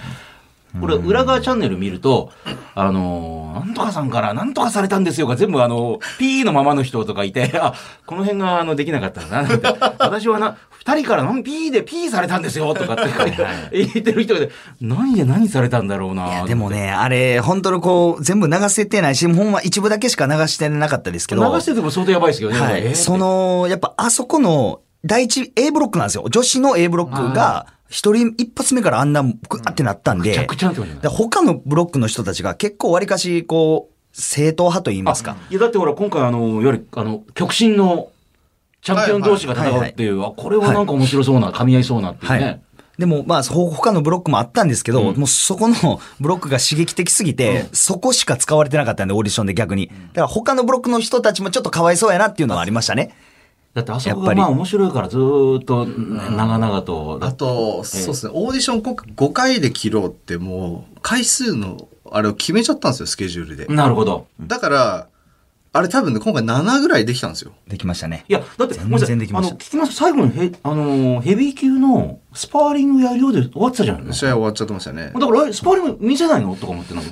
Speaker 1: これ、裏側チャンネル見ると、あの、なんとかさんから、なんとかされたんですよが、全部、あの、P のままの人とかいて、あ、この辺が、あの、できなかったんだな、って。私はな、二人から、なん P で P されたんですよ、とかって言ってる人がいて、何で何されたんだろうな。
Speaker 2: でもね、あれ、本当にこう、全部流せてないし、ほんま一部だけしか流してなかったですけ
Speaker 1: 流
Speaker 2: ど。
Speaker 1: してても相当やばいですけどね。
Speaker 2: は
Speaker 1: えーって
Speaker 2: い。その、やっぱあそこの、第一 A ブロックなんですよ。女子の A ブロックが、一人、一発目からあんな、ぐわってなったんで。
Speaker 1: めちゃくちゃなってことじゃない
Speaker 2: で他のブロックの人たちが結構わりかし、こう、正統派と言いますか。
Speaker 1: いやだってほら今回あのよりあの極真のチャンピオン同士が戦うっていう、あこれはなんか面白そうな、噛み合いそうなっていうね、
Speaker 2: はい。でも、まあ、ほ他のブロックもあったんですけど、もうそこの [LAUGHS] ブロックが刺激的すぎて、そこしか使われてなかったんで、オーディションで逆に。だから他のブロックの人たちもちょっとかわいそうやなっていうのはありましたね。
Speaker 1: だってあそこ
Speaker 2: やっぱ
Speaker 1: が
Speaker 2: り
Speaker 1: まあ面白いからずーっと長々と、
Speaker 4: あと、そうですね、オーディション今回5回で切ろうってもう、回数の、あれを決めちゃったんですよ、スケジュールで。
Speaker 1: なるほど
Speaker 4: だから、あれ多分ね、今回7ぐらいできたんですよ。
Speaker 2: できましたね。
Speaker 1: いやだって
Speaker 2: 全然でき
Speaker 1: あ
Speaker 2: ま
Speaker 1: の
Speaker 2: した
Speaker 1: 聞きます最後にヘ,、あのーヘビー級のスパーリングやるようで終わってたじゃないの
Speaker 4: 試合終わっちゃってましたね。
Speaker 1: だからえスパーリング見せないのとか思ってなんか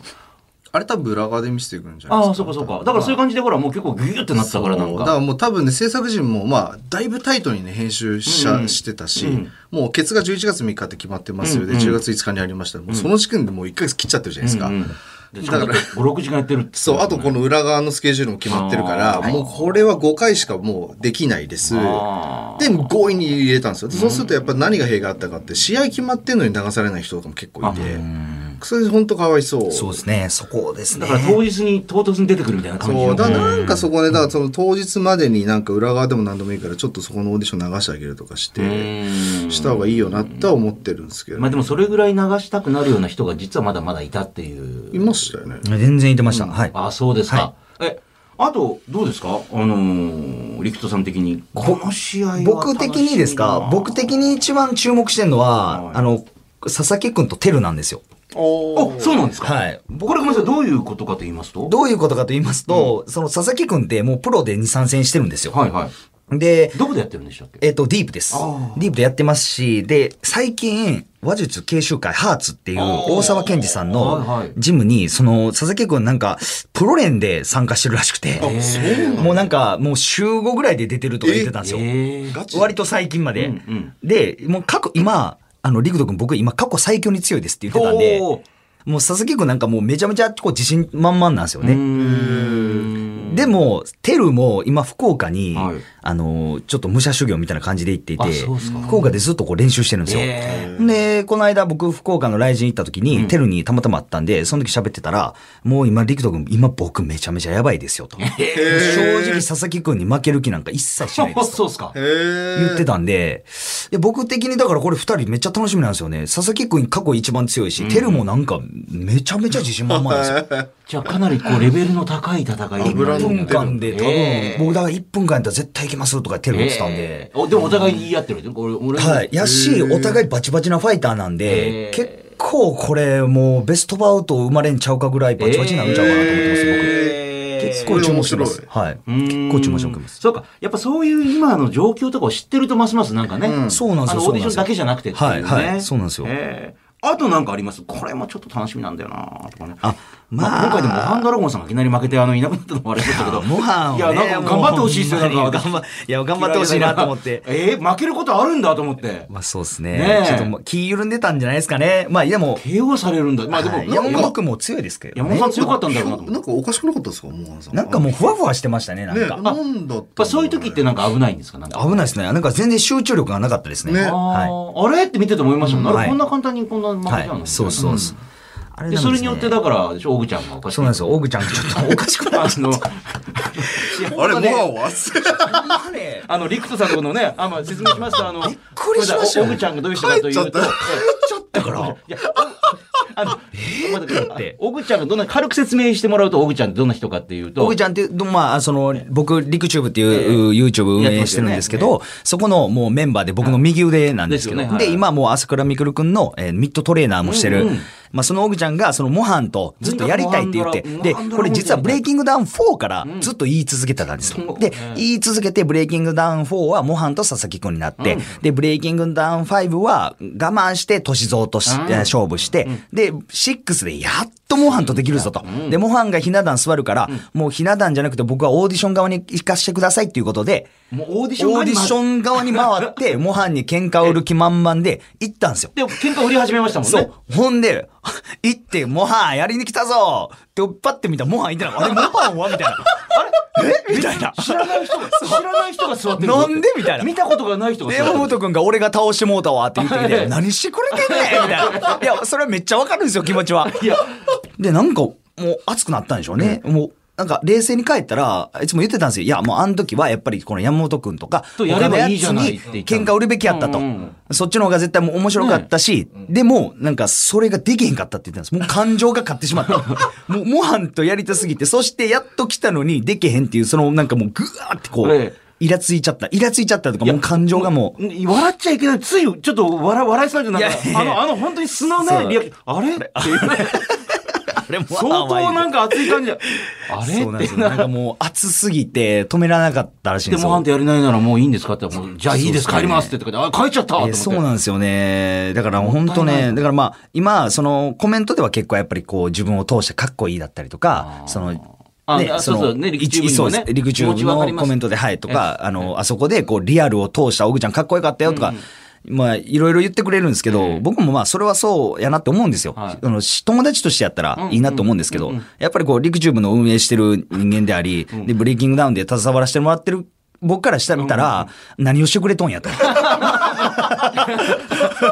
Speaker 4: あれ多分裏側で見せていくんじゃない
Speaker 1: あ
Speaker 4: ですか。
Speaker 1: あそうかそうかだからそういう感じでほらもう結構ギューってなってたからなん
Speaker 4: そう
Speaker 1: か
Speaker 4: だからもう多分ね、制作陣も、まあ、だいぶタイトにね、編集し,、
Speaker 1: うんうん
Speaker 4: してたし、
Speaker 1: うん
Speaker 4: もう、ケツが11月3日って決まってますよ
Speaker 1: う
Speaker 4: で、
Speaker 1: んうん
Speaker 4: 10月5日にありました。もう、その時点でもう1ヶ月切っちゃってるじゃないですか。
Speaker 1: うんうんでしかも
Speaker 4: だから
Speaker 1: 56時間やってるって
Speaker 4: そう、あとこ
Speaker 1: の
Speaker 4: の裏側のスケジュールも決まってるから、
Speaker 1: あー
Speaker 4: もうこれは5回しかもうできないです。で、強引に入れたんですよ。でそうするとやっぱ何が弊害があったかって、試合決まってんのに流されない人とかも結構いて、それ本当かわいそう。
Speaker 2: そうですね、そこですね。
Speaker 1: だから当日に唐突に出てくるみたいな感じ
Speaker 4: そう
Speaker 1: の
Speaker 4: だからなんかそこね、だからその当日までになんか裏側でも何でもいいから、ちょっとそこのオーディション流してあげるとかして、
Speaker 1: うん
Speaker 4: した方がいいよなっては思ってるんですけど、
Speaker 1: まあでもそれぐらい流したくなるような人が実はまだまだいたっていう。
Speaker 4: いましたよね。
Speaker 2: 全然言ってました。はい。
Speaker 1: あ、そうですか。え、あと、どうですかあのー、力人さん的に。この試合は
Speaker 2: 僕的にですか、僕的に一番注目してるのは、
Speaker 1: はい
Speaker 2: あの、佐々木くんとテルなんですよ。
Speaker 1: あ、そうなんですか
Speaker 2: はい
Speaker 1: 僕これごめんなさい、どういうことかと言いますと
Speaker 2: どういうことかと言いますと、その佐々木くんってもうプロで2、3戦してるんですよ。
Speaker 1: はいはい。
Speaker 2: で、
Speaker 1: どこでやってるんでしたっけ
Speaker 2: えっ、と、ディープです
Speaker 1: あ。
Speaker 2: ディープでやってますし、で、最近、話術研修会ハーツっていう大沢健二さん
Speaker 1: はいは
Speaker 2: の
Speaker 1: い
Speaker 2: ジムに、その佐々木くんなんか、プロ連で参加してるらしくて、もうなんか、もう週5ぐらいで出てるとか言ってたんですよ。
Speaker 1: えー
Speaker 4: ガチ
Speaker 2: 割と最近まで。
Speaker 1: うん
Speaker 2: で、もう過去、今、あの、陸斗君僕今過去最強に強いですって言ってたんで、
Speaker 1: おー
Speaker 2: もう佐々木君なんかもうめちゃめちゃこう自信満々なんですよ
Speaker 1: うー
Speaker 2: ね。
Speaker 1: ん
Speaker 2: でも、テルも今福岡に、
Speaker 1: はい
Speaker 2: あの、ちょっと武者修行みたいな感じで行っていて
Speaker 1: あそうっすか、
Speaker 2: 福岡でずっとこう練習してるんですよ。
Speaker 1: え
Speaker 2: で、この間僕福岡の来人行った時に、テルにたまたま会ったんで、その時喋ってたら、もう今陸斗君今僕めちゃめちゃやばいですよと。正直佐々木君に負ける気なんか一切しない
Speaker 1: [LAUGHS]
Speaker 2: で
Speaker 1: ー
Speaker 2: すと。
Speaker 1: そうっすか。
Speaker 4: へー
Speaker 2: 言ってたんで、で僕的にだからこれ二人めっちゃ楽しみなんですよね。佐々木くん過去一番強いし、テルもなんかめちゃめちゃ自信満々なんですよ。
Speaker 1: じゃあかなりこう、レベルの高い戦いにな
Speaker 4: 油
Speaker 1: る
Speaker 4: の
Speaker 2: 1分間で多分、
Speaker 1: えー
Speaker 2: 僕だから1分間やったら絶対いけますとかテル言ってたん
Speaker 1: えー
Speaker 2: で。
Speaker 1: おでもお互いに言い合ってるでこれ俺も
Speaker 2: はい。やし、お互いバチバチなファイターなん
Speaker 1: え
Speaker 2: で、
Speaker 1: ー
Speaker 2: 結構これもうベストバウト生まれんちゃうかぐらいバチバチになるんちゃうかなと思ってます、
Speaker 1: えー
Speaker 2: 僕。結構注目してます
Speaker 4: これ面。
Speaker 2: はい。
Speaker 1: うーん
Speaker 2: 結構注目してます。
Speaker 1: そうか。やっぱそういう今の状況とかを知ってるとますますなんかね。
Speaker 2: そうなんです
Speaker 1: あの、
Speaker 2: よそ
Speaker 1: オー
Speaker 2: う
Speaker 1: デ
Speaker 2: な
Speaker 1: ィ
Speaker 2: ん
Speaker 1: ション
Speaker 2: ですよ
Speaker 1: だけじゃなくてっていうね。
Speaker 2: はいはいそうなんですよ
Speaker 1: えーあとなんかありますこれもちょっと楽しみなんだよなとかね。
Speaker 2: あまあ
Speaker 1: 今回でも、ハンドラゴンさんがいきなり負けて、あの、いなくなったのもあれだったけど。
Speaker 2: モハン
Speaker 1: いや、なんか頑張ってほしいですよ、なんか。
Speaker 2: 頑張、いや、 [LAUGHS] 頑張ってほしいなと思って。
Speaker 1: [LAUGHS] えー負けることあるんだと思って。
Speaker 2: [LAUGHS] まあそうです
Speaker 1: ね
Speaker 2: ね
Speaker 1: え。
Speaker 2: ちょっともう気緩んでたんじゃないですかね。まあでも、
Speaker 1: KO されるんだ。まあでも、
Speaker 2: はい
Speaker 1: なんか
Speaker 2: 山本君も強いですけど
Speaker 1: 山
Speaker 2: ね
Speaker 1: 本。さん強かったんだろうなと思って。
Speaker 4: なんかおかしくなかったですか、モハンさん。
Speaker 2: なんかもうふわふわしてましたね、なん
Speaker 4: ね、
Speaker 2: か。
Speaker 4: なんだっ
Speaker 1: やっぱそういう時ってなんか危ないんですかなんか。
Speaker 2: 危ないですね。なんか全然集中力がなかったですね。
Speaker 4: ね
Speaker 1: あ
Speaker 2: [LAUGHS] は
Speaker 1: ーあれって見てて思いましたもん、
Speaker 2: うん
Speaker 1: あれ
Speaker 2: はい
Speaker 1: こんな簡単にこんな負
Speaker 2: い。
Speaker 1: けちゃうの、
Speaker 2: はい。そうそうそう。あれなん
Speaker 1: で
Speaker 2: ですね
Speaker 1: それによってだからでしょオグちゃんがおかしく
Speaker 2: そうなんですよ。オグちゃんがちょっとおかしくな
Speaker 1: [LAUGHS]
Speaker 2: っ
Speaker 1: あの
Speaker 4: あれ、モハンは忘れちゃった
Speaker 1: [LAUGHS]
Speaker 2: たね。
Speaker 1: あのリクトさんのとこのねあ、まあ、説明しますとあのびっ
Speaker 2: くりしましたよ
Speaker 1: オグちゃんがどういう人かというと
Speaker 4: 帰っちゃった
Speaker 2: ちょっとから。
Speaker 1: いやおあの、待ってくださいオグちゃんがどんな軽く説明してもらうとオグちゃんってどんな人かっていうと
Speaker 2: オグちゃんっていう、まあ、その、僕、陸チューブっていう YouTube 運営してるんですけ
Speaker 1: や
Speaker 2: ど、そこのもうメンバーで僕の右腕なんですけ
Speaker 1: ですよね
Speaker 2: ど、
Speaker 1: はい
Speaker 2: で、今もう朝倉未来くんのえーミッドトレーナーもしてる。まあ、そのオグちゃんが、その、モハンとずっとやりたいって言って、
Speaker 1: うん
Speaker 2: で、これ実はブレイキングダウン4からずっと言い続けてたんです
Speaker 1: うん
Speaker 2: よ。で、言い続けて、ブレイキングダウン4はモハンと佐々木くんになって、で、ブレイキングダウン5は我慢して、歳三とし
Speaker 1: うん
Speaker 2: 勝負して、で、6でやっとモハンとできるぞと。で、モハンがひな壇座るから、もうひな壇じゃなくて僕はオーディション側に行かしてくださいっていうことで、
Speaker 1: もうオーディション
Speaker 2: オー
Speaker 1: が
Speaker 2: ディション側に回って、モハンに喧嘩売る気満々で行ったんですよ。
Speaker 1: で喧嘩売り始めましたもん
Speaker 2: そ
Speaker 1: ね
Speaker 2: う。ほんで、 [LAUGHS] 行って、モハンやりに来たぞって、パって見たらモハンいてなかった。あれ、モハンはみたいな。あれえみたいな。
Speaker 1: 知らない人が知らない人が座ってる
Speaker 2: なんでみたいな
Speaker 1: 見たことがない人が
Speaker 2: で、
Speaker 1: 座って
Speaker 2: 山
Speaker 1: る
Speaker 2: 本くんが俺が倒してもうたわって言ってき
Speaker 1: ええ
Speaker 2: て、何してくれてんねんみた
Speaker 1: [LAUGHS]
Speaker 2: いな。いや、それはめっちゃわかるんですよ、気持ちは。
Speaker 1: いや
Speaker 2: で、なんか、もう熱くなったんでしょうね。もう、なんか冷静に帰ったら、いつも言ってたんですよ。いや、もうあの時はやっぱりこの山本くんとか、
Speaker 1: とやればいいじゃ
Speaker 2: 他
Speaker 1: な
Speaker 2: の
Speaker 1: いっ
Speaker 2: や
Speaker 1: て言
Speaker 2: つに
Speaker 1: ったの
Speaker 2: 喧嘩売るべきやったと。
Speaker 1: うんうん
Speaker 2: そっちの方が絶対もう面白かったし、でも、なんかそれができへんかったって言ってたんです。もう感情が勝ってし
Speaker 1: [LAUGHS]
Speaker 2: まった。もう、モハンとやりたすぎて、そしてやっと来たのにできへんっていう、そのなんかもうぐわーってこ
Speaker 1: え
Speaker 2: う
Speaker 1: え、
Speaker 2: イラついちゃった。イラついちゃったとか、
Speaker 1: いや
Speaker 2: もう感情がもう、
Speaker 1: ん笑っちゃいけない。つい、ちょっと笑、笑いそうになっちゃう。
Speaker 2: いやい
Speaker 1: あ
Speaker 2: や
Speaker 1: の、あの、本当に素のね、
Speaker 2: そう
Speaker 1: リアクション。あれっていうね。相当なんか熱い感じだ。あれ
Speaker 2: そうなんで
Speaker 1: っ
Speaker 2: す
Speaker 1: て
Speaker 2: よ。なんかもう暑すぎて止められなかったらしいん
Speaker 1: で
Speaker 2: です
Speaker 1: も、
Speaker 2: よ
Speaker 1: ハン。トやれないならもういいんですかって言ったらもう、じゃあいいです、
Speaker 2: そう
Speaker 1: 帰
Speaker 2: ですね
Speaker 1: りますって言ってから、あ、帰っちゃったと
Speaker 2: え
Speaker 1: 思っ
Speaker 2: ー
Speaker 1: て。
Speaker 2: そうなんですよね。だから本当ね、だからまあ、今、そのコメントでは結構やっぱりこう自分を通してかっこいいだったりとか、その、
Speaker 1: ああそうそうね陸中部にもね
Speaker 2: いそうです陸中
Speaker 1: 気持ちわかり
Speaker 2: 部
Speaker 1: ま
Speaker 2: の
Speaker 1: す
Speaker 2: コメントで、はい、とか、あの、あそこでこうリアルを通した、オグちゃんかっこよかったよとか、まあ、いろいろ言ってくれるんですけど、僕もまあ、それはそうやなって思うんですよ。
Speaker 1: はい
Speaker 2: あのし友達としてやったらいいなと思うんですけど、やっぱりこう、陸中部の運営してる人間であり、で、ブレイキングダウンで携わらせてもらってる僕からしたら見たら、何をしてくれとんやと。
Speaker 1: い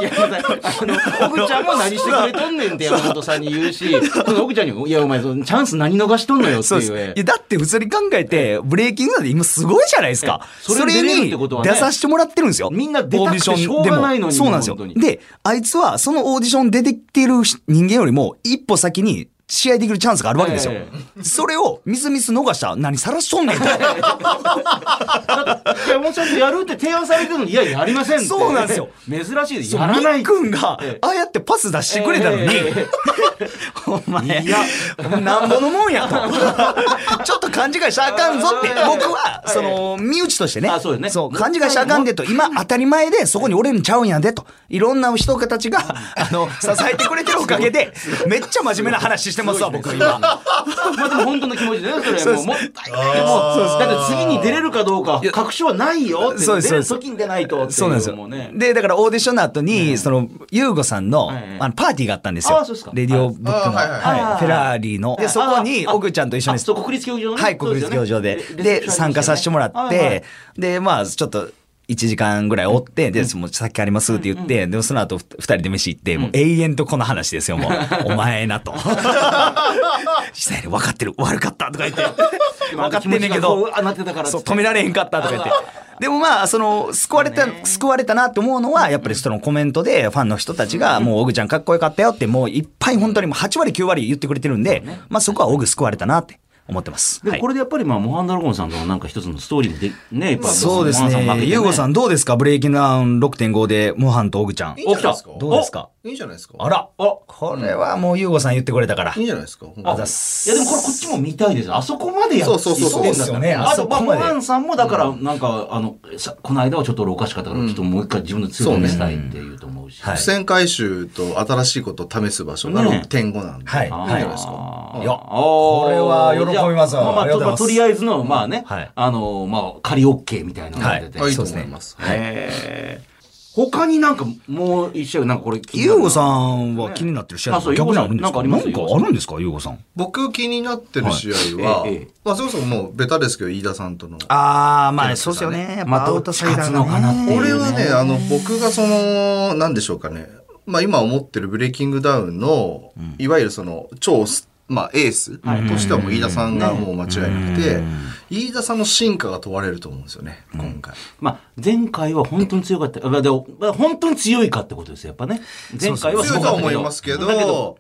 Speaker 1: や、だからあの、奥ちゃんも何してくれとんねんって山本さんに言うし、その奥ちゃんにも、いや、お前、そのチャンス何逃しとんのよって
Speaker 2: そうです。
Speaker 1: いう
Speaker 2: い。や、だって普通に考えて、ブレイキングなんて今すごいじゃないですか。
Speaker 1: ええそれに出れるってことはね
Speaker 2: 出させてもらってるんですよ。
Speaker 1: みんな出たくてしょうが
Speaker 2: オーディションでも
Speaker 1: ないのに
Speaker 2: そうなんですよ
Speaker 1: 本当。に
Speaker 2: で、あいつはそのオーディション出てきてる人間よりも、一歩先に、試合できるチャンスがあるわけですよ。
Speaker 1: え
Speaker 2: それを、みすみす逃した、何さらしとんねんと。
Speaker 1: いや、もうちょっとやるって提案されてるのに、いや、やりませんって。
Speaker 2: そうなんですよ。
Speaker 1: 珍しいです。やらな
Speaker 2: み
Speaker 1: い
Speaker 2: っ。くんが
Speaker 1: ええ、
Speaker 2: ああやってパス出してくれたのに、
Speaker 1: ええええ
Speaker 2: お前
Speaker 1: いや、
Speaker 2: なんぼのもんやと。 [LAUGHS] ちょっと勘違いしちゃあかんぞって、
Speaker 1: あそうね
Speaker 2: 僕は、その、身内としてね
Speaker 1: あそうですね、
Speaker 2: そう、勘違いしちゃあかんでと、今当たり前で、そこに俺んちゃうんやでと、いろんな人たちが、あの、支えてくれてるおかげで、めっちゃ真面目な話してますわ、僕は今。
Speaker 1: まあでも本当の気持ちだよね、それ
Speaker 2: そう
Speaker 1: は
Speaker 2: で
Speaker 1: も
Speaker 2: す
Speaker 1: う。もったいない。もう、だから次に出れるかどうか、確証はないよって。
Speaker 2: そうです
Speaker 1: 出る
Speaker 2: そう
Speaker 1: 時に出ないとってい。
Speaker 2: そうなんです
Speaker 1: も
Speaker 2: よ。
Speaker 1: ね。
Speaker 2: で、だからオーディションの後に、その、ユーゴさんの、
Speaker 1: いはい
Speaker 2: あの、パーティーがあったんですよ。
Speaker 1: あそうですか
Speaker 2: レディオブックの、
Speaker 4: あはいはい
Speaker 2: はいフェラーリの。で、そこに、奥ちゃんと一緒
Speaker 1: あ
Speaker 2: に
Speaker 1: そう、国立競技場のね
Speaker 2: はい、国立競技場で。
Speaker 1: そうすよねレレセプションありましたよ
Speaker 2: で、
Speaker 1: ね
Speaker 2: 参加させてもらっ
Speaker 1: はいはい
Speaker 2: て、で、まあ、ちょっと、1時間ぐらいおって、で、もう先ありますって言って、でもその後ふ二人で飯行って、もう永遠とこの話ですよ、
Speaker 1: [LAUGHS]
Speaker 2: もう。お前なと。 [LAUGHS] したに分かってる、悪かったとか言って。
Speaker 1: 今
Speaker 2: 分かってんねんけ
Speaker 1: 気持ちがこ
Speaker 2: ど
Speaker 1: う、あなってたからっつって
Speaker 2: そう、止められへんかったとか言って。でもまあ、その、救われた、救われたなって思うのは、やっぱりそのコメントで、ファンの人たちが、もう、オグちゃんかっこよかったよって、もういっぱい本当にもう8割9割言ってくれてるんで、まあそこはオグ救われたなって思ってます。
Speaker 1: でも
Speaker 2: はい
Speaker 1: これでやっぱりまあモハンダルゴンさんとのなんか一つのストーリーもでねやっぱ
Speaker 2: そうですね。ユーゴさ
Speaker 1: ん
Speaker 2: んどうですかブレイキングダウン6.5で、モハンとオグちゃん
Speaker 4: い。いんじゃないですか
Speaker 1: 起き
Speaker 2: どうですか
Speaker 4: いいんじゃないですか
Speaker 2: あら。これはもうユーゴさん言ってくれたから
Speaker 4: いい。んじゃないですか
Speaker 1: 負けてねあ
Speaker 2: ざっ
Speaker 1: い
Speaker 2: す
Speaker 1: やでもこれこっちも見たいですあそこまでやって
Speaker 4: そうそうそう
Speaker 1: いんだったら
Speaker 2: そうですよね
Speaker 1: あとま
Speaker 2: あ
Speaker 1: あ
Speaker 2: そこ
Speaker 1: モ
Speaker 2: まで
Speaker 1: ハンさんもだからなんかあのさこの間はちょっと俺おかしかったからちょっともう一回自分の強み見せたいっていうと思うし
Speaker 2: はい
Speaker 4: 付箋回収と新しいことを試す場所が
Speaker 1: ね
Speaker 4: 6.5なんで。
Speaker 2: はい
Speaker 4: んじゃないですか。
Speaker 1: い
Speaker 2: いやこれは喜びますわ
Speaker 1: まあまあ
Speaker 2: ありがとうござい
Speaker 1: と
Speaker 2: ます
Speaker 1: とりあえずの、まあね
Speaker 2: はい、
Speaker 1: あの、まあ、仮 OK みたいなのが出て
Speaker 4: あいい
Speaker 1: そう
Speaker 4: と
Speaker 1: です
Speaker 4: 思
Speaker 1: ね
Speaker 4: います。
Speaker 1: へー他になんかもう一試合なんかこれ気になる
Speaker 2: ユー
Speaker 1: な
Speaker 2: ゴさんは気になってる試合
Speaker 1: あそう
Speaker 2: 逆にるんで
Speaker 1: ユーゴさんな
Speaker 2: す
Speaker 1: んかあります
Speaker 2: なんかあるんですかユーゴさん。
Speaker 4: 僕気になってる試合は、
Speaker 1: はいええええ
Speaker 4: まあそれこそもうベタですけど、飯田さんとの。
Speaker 2: あー、ま
Speaker 4: あそうですよ
Speaker 2: ね。やっ
Speaker 1: まあ、どっち勝つのかなっていう、
Speaker 4: 俺はね、あの、僕がその、なんでしょうかね。まあ今思ってるブレイキングダウンの、いわゆるその、超ス、まあエースとしてはもう飯田さんがもう間違いなくて、飯田さんの進化が問われると思うんですよね、今回。
Speaker 1: まあ、前回は本当に強かった。まあ、でも、まあ、本当に強いかってことですよ、やっぱね。前回は
Speaker 4: 強いと
Speaker 1: か
Speaker 4: は
Speaker 1: ったけど
Speaker 4: 思いますけど、
Speaker 1: だけど、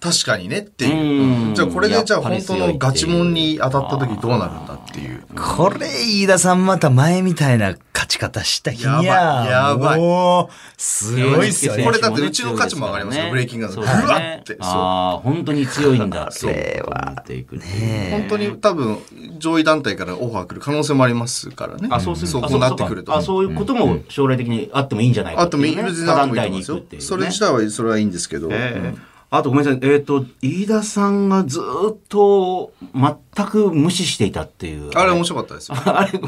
Speaker 4: 確かにねって
Speaker 1: うん
Speaker 4: いう。うんじゃあこれでじゃあ
Speaker 1: やっぱり
Speaker 4: 本当のガチモンに当たった時どうなるんだっていう。
Speaker 2: これ、飯田さんまた前みたいな勝ち方した日にゃ。
Speaker 4: やばいやばい
Speaker 2: おーすごいっすよ
Speaker 1: 選手もね
Speaker 2: ね。
Speaker 4: これだってうちの価値も上がりますよブレイキングダウン
Speaker 1: そうですね
Speaker 4: ぐわってそう
Speaker 1: ああ、本当に強いんだって。
Speaker 2: これは
Speaker 1: 思っていくっていう
Speaker 4: 本当に多分上位団体からオファー来る可能性もありますからね。
Speaker 1: あ、そうする
Speaker 4: こうなってくると。
Speaker 1: あ、そういうことも将来的にあってもいいんじゃないか
Speaker 4: あ
Speaker 1: って
Speaker 4: と
Speaker 1: いう
Speaker 4: も
Speaker 1: ね、
Speaker 4: いい、別にあってもいいと思います
Speaker 1: 他団体に行く
Speaker 4: よ
Speaker 1: っていうね
Speaker 4: それ自体は、それはいいんですけど。
Speaker 1: ええあとごめんなさい、えっ、と、飯田さんがずーっと全く無視していたっていう。
Speaker 4: あれ面白かったですよ。
Speaker 1: あれ、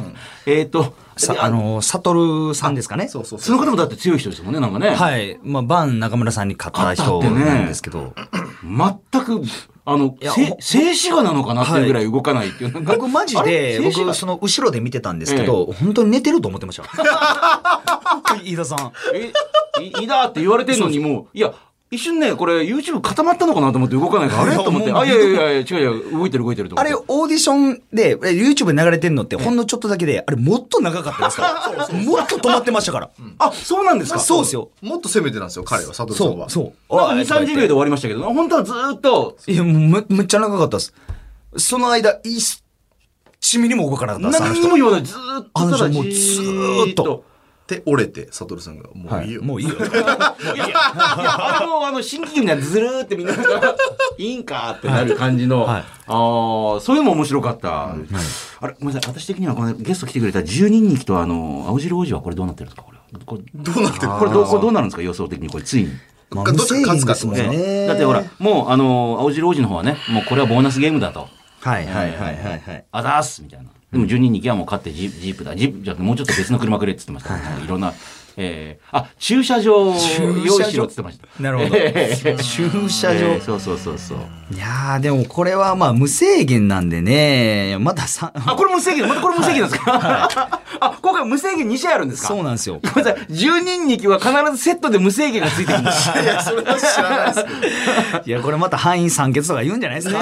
Speaker 1: えっ、と、
Speaker 2: さ
Speaker 1: で
Speaker 2: あの、サトルさんですかね。
Speaker 4: そうそう
Speaker 1: そ
Speaker 4: そう。
Speaker 1: の方もだって強い人ですもんね、なんかね。
Speaker 2: はい。まあ、バン中村さんに勝った人なんですけど。
Speaker 1: 全く、あの、
Speaker 2: いや
Speaker 1: せ
Speaker 2: ほ
Speaker 1: 静止画なのかなっていうぐらい動かないっていう。なんか
Speaker 2: 僕マジ
Speaker 1: あれ静
Speaker 2: で、
Speaker 1: 止
Speaker 2: 僕
Speaker 1: 画
Speaker 2: その後ろで見てたんですけど、本当に寝てると思ってました。飯田さん。
Speaker 1: え、いいだって言われてんのにもう、いや、一瞬ね、これ YouTube 固まったのかなと思って動かないから、あれと思って、
Speaker 2: もう
Speaker 1: あ、いやいやいや、違う違う、動いてる動いてると思
Speaker 2: あ
Speaker 1: って。
Speaker 2: れ、オーディションで、え YouTube で流れてんのってほんのちょっとだけで、あれもっと長かったですから。もっと止まってましたから。
Speaker 1: あ、そうなんですか
Speaker 2: そうですよ。
Speaker 4: もっと攻めてたんですよ、彼は、佐藤さん
Speaker 2: そ
Speaker 4: は。
Speaker 2: う、そう。
Speaker 1: なんか2、30秒で終わりましたけど、本当はずーっと、
Speaker 2: いや、もうめめっちゃ長かったです。その間、1ミリも動かなかったです。あの
Speaker 1: 何に
Speaker 2: 人
Speaker 1: も言わない。ずーっと、
Speaker 2: あの人
Speaker 1: ただ
Speaker 2: もうずーっと。
Speaker 4: で、折れて、佐藤さんが、もういいよ。
Speaker 2: もういいよ。
Speaker 1: いや、いやあれも、あの、新規みたいなずるーってみんなが、いいんかーってなる感じの、
Speaker 2: はいは
Speaker 1: あ
Speaker 2: い
Speaker 1: あ、そういうのも面白かった。あれ、ごめんなさい。私的には、このゲスト来てくれた12人気と、あの、青汁王子はこれどうなってるんですかこれ。これ
Speaker 4: どうなってる
Speaker 1: これどうこれどうなるんですか予想的にこれついに。
Speaker 4: どっちが勝つかってことで
Speaker 2: ま
Speaker 4: す
Speaker 2: あ
Speaker 4: か
Speaker 2: 無制限ですもんね
Speaker 1: だってほら、もうあの、青汁王子の方はね、もうこれはボーナスゲームだと。 [LAUGHS]
Speaker 2: はいはいはいはいはい。
Speaker 1: あざーすみたいな。でも12人にはもう勝ってジジープだ。ジープじゃなくてもうちょっと別の車くれって言ってました。なんかいろんな、えー、あ、駐車場を用意しろって言ってました。
Speaker 2: なるほど [LAUGHS] 駐車場
Speaker 1: えーそうそうそうそう。
Speaker 2: いやーでもこれはまあ無制限なんでねまだ
Speaker 1: [LAUGHS]
Speaker 2: さ
Speaker 1: あ、これ無制限またこれ無制限なんですか、 [LAUGHS] あ、今回無制限2試合あるんですか
Speaker 2: そう
Speaker 1: な
Speaker 2: なんですよ
Speaker 1: ごめんなさい。10人には必ずセットで無制限がついてくるん [LAUGHS] です。
Speaker 4: いや、それは知らな
Speaker 1: [LAUGHS]
Speaker 4: いですけど。
Speaker 2: いやこれまた範囲酸欠とか言うんじゃないですか、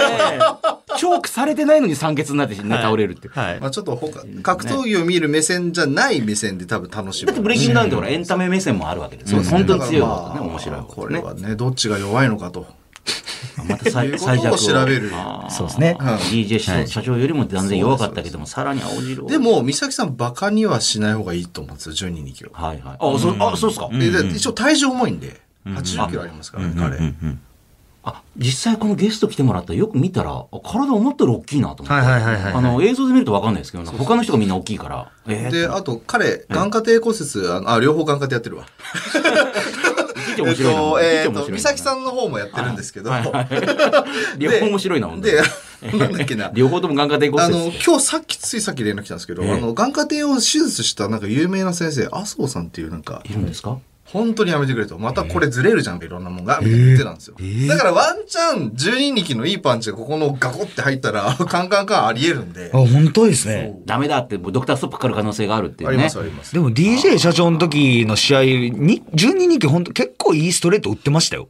Speaker 1: チョークされてないのに酸欠になって、ね、倒れるって。
Speaker 2: はい
Speaker 4: まあちょっと他、格闘技を見る目線じゃない目線で多分楽しむ。
Speaker 1: だってブレイキングダウンってほらエンタメ目線もあるわけですよ。本当に強いことね、
Speaker 4: だからまあ
Speaker 1: 面白いこ
Speaker 4: こ
Speaker 1: と
Speaker 4: れ
Speaker 1: ね。
Speaker 4: はね、どっちが弱いのかと。
Speaker 1: また最
Speaker 4: いうことを
Speaker 1: 最弱を
Speaker 4: 調べる
Speaker 1: あー
Speaker 2: そうですね
Speaker 1: はい DJ 社,、
Speaker 2: はい
Speaker 1: 長よりも断然弱かったけども、さらに青汁を。
Speaker 4: で、も、美咲さん、バカにはしない方がいいと思うんですよ、12、2キロ。
Speaker 1: はいはい。あ、そあそうですか、
Speaker 4: でで一応体重重いんで、80キロありますからね、彼。
Speaker 1: あ、実際このゲスト来てもらったらよく見たら、あ体思ったより大きいなと思って。
Speaker 2: はいはいはいはい
Speaker 1: あの、映像で見るとわかんないですけど、なんか他の人がみんな大きいから。えー、
Speaker 4: で、あと、彼、眼下抵骨折、あのあ、両方眼下でやってるわ。
Speaker 1: 見て面白いな。
Speaker 4: えっと、え
Speaker 1: 見
Speaker 4: っ
Speaker 1: 面白いな
Speaker 4: と、美咲さんの方もやってるんですけど、
Speaker 1: 両方面白いな、本当に
Speaker 4: で、なんだっけな。
Speaker 1: 両方とも眼科抵抗
Speaker 4: あ
Speaker 1: 骨
Speaker 4: の
Speaker 1: 折。
Speaker 4: 今日さっきついさっき連絡来たんですけど、
Speaker 1: ええ
Speaker 4: あの眼科帝を手術したなんか有名な先生麻生さんっていうなんか
Speaker 1: いるんですか
Speaker 4: 本当にやめてくれとまたこれずれるじゃんかいろんなもんがみたいな言ってたんですよ、だからワンチャン12人のいいパンチがここのガコって入ったらカンカンカンありえるんで
Speaker 2: あ本当ですね
Speaker 1: ダメだって、もうドクターストップかかる可能性があるっていう
Speaker 4: あ
Speaker 1: ね。
Speaker 4: りますあります
Speaker 2: でも DJ 社長の時の試合に12人気本当結構いいストレート打ってましたよ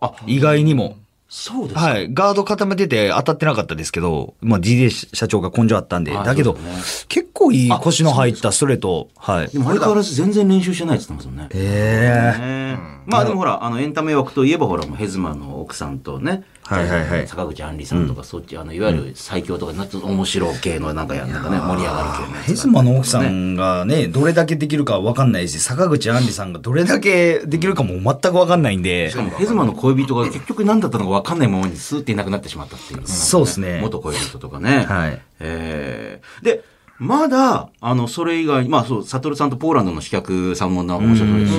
Speaker 1: あ
Speaker 2: 意外にも
Speaker 1: そうですか。
Speaker 2: はい。ガード固めてて当たってなかったですけど、まあ DJ 社長が根性あったんで、
Speaker 1: はい
Speaker 2: だけど、
Speaker 1: そうです
Speaker 2: 結構いい腰の入ったストレート、はい
Speaker 1: で。も相変わらず全然練習してないって言ってますもんね。
Speaker 2: ええ
Speaker 1: まあでもほら、あの、エンタメ枠といえばほら、もうヘズマの奥さんとね、
Speaker 2: はいはいはい
Speaker 1: 坂口杏里さんとか、そっち、あの、いわゆる最強とか、なんと面白系のなんかやんなんかね、盛り上がる系のやつ
Speaker 2: ヘズマの奥さんがね、どれだけできるかわかんないし、坂口杏里さんがどれだけできるかも全くわかんないんで
Speaker 1: し、かも、ヘズマの恋人が結局何だったのか分かんないままにスーっていなくなってしまったっていう、
Speaker 2: そうですね
Speaker 1: 元恋人とかね。
Speaker 2: はい
Speaker 1: えーで、まだ、あの、それ以外に、まあそう、サトルさんとポーランドの刺客さんもな面白いし、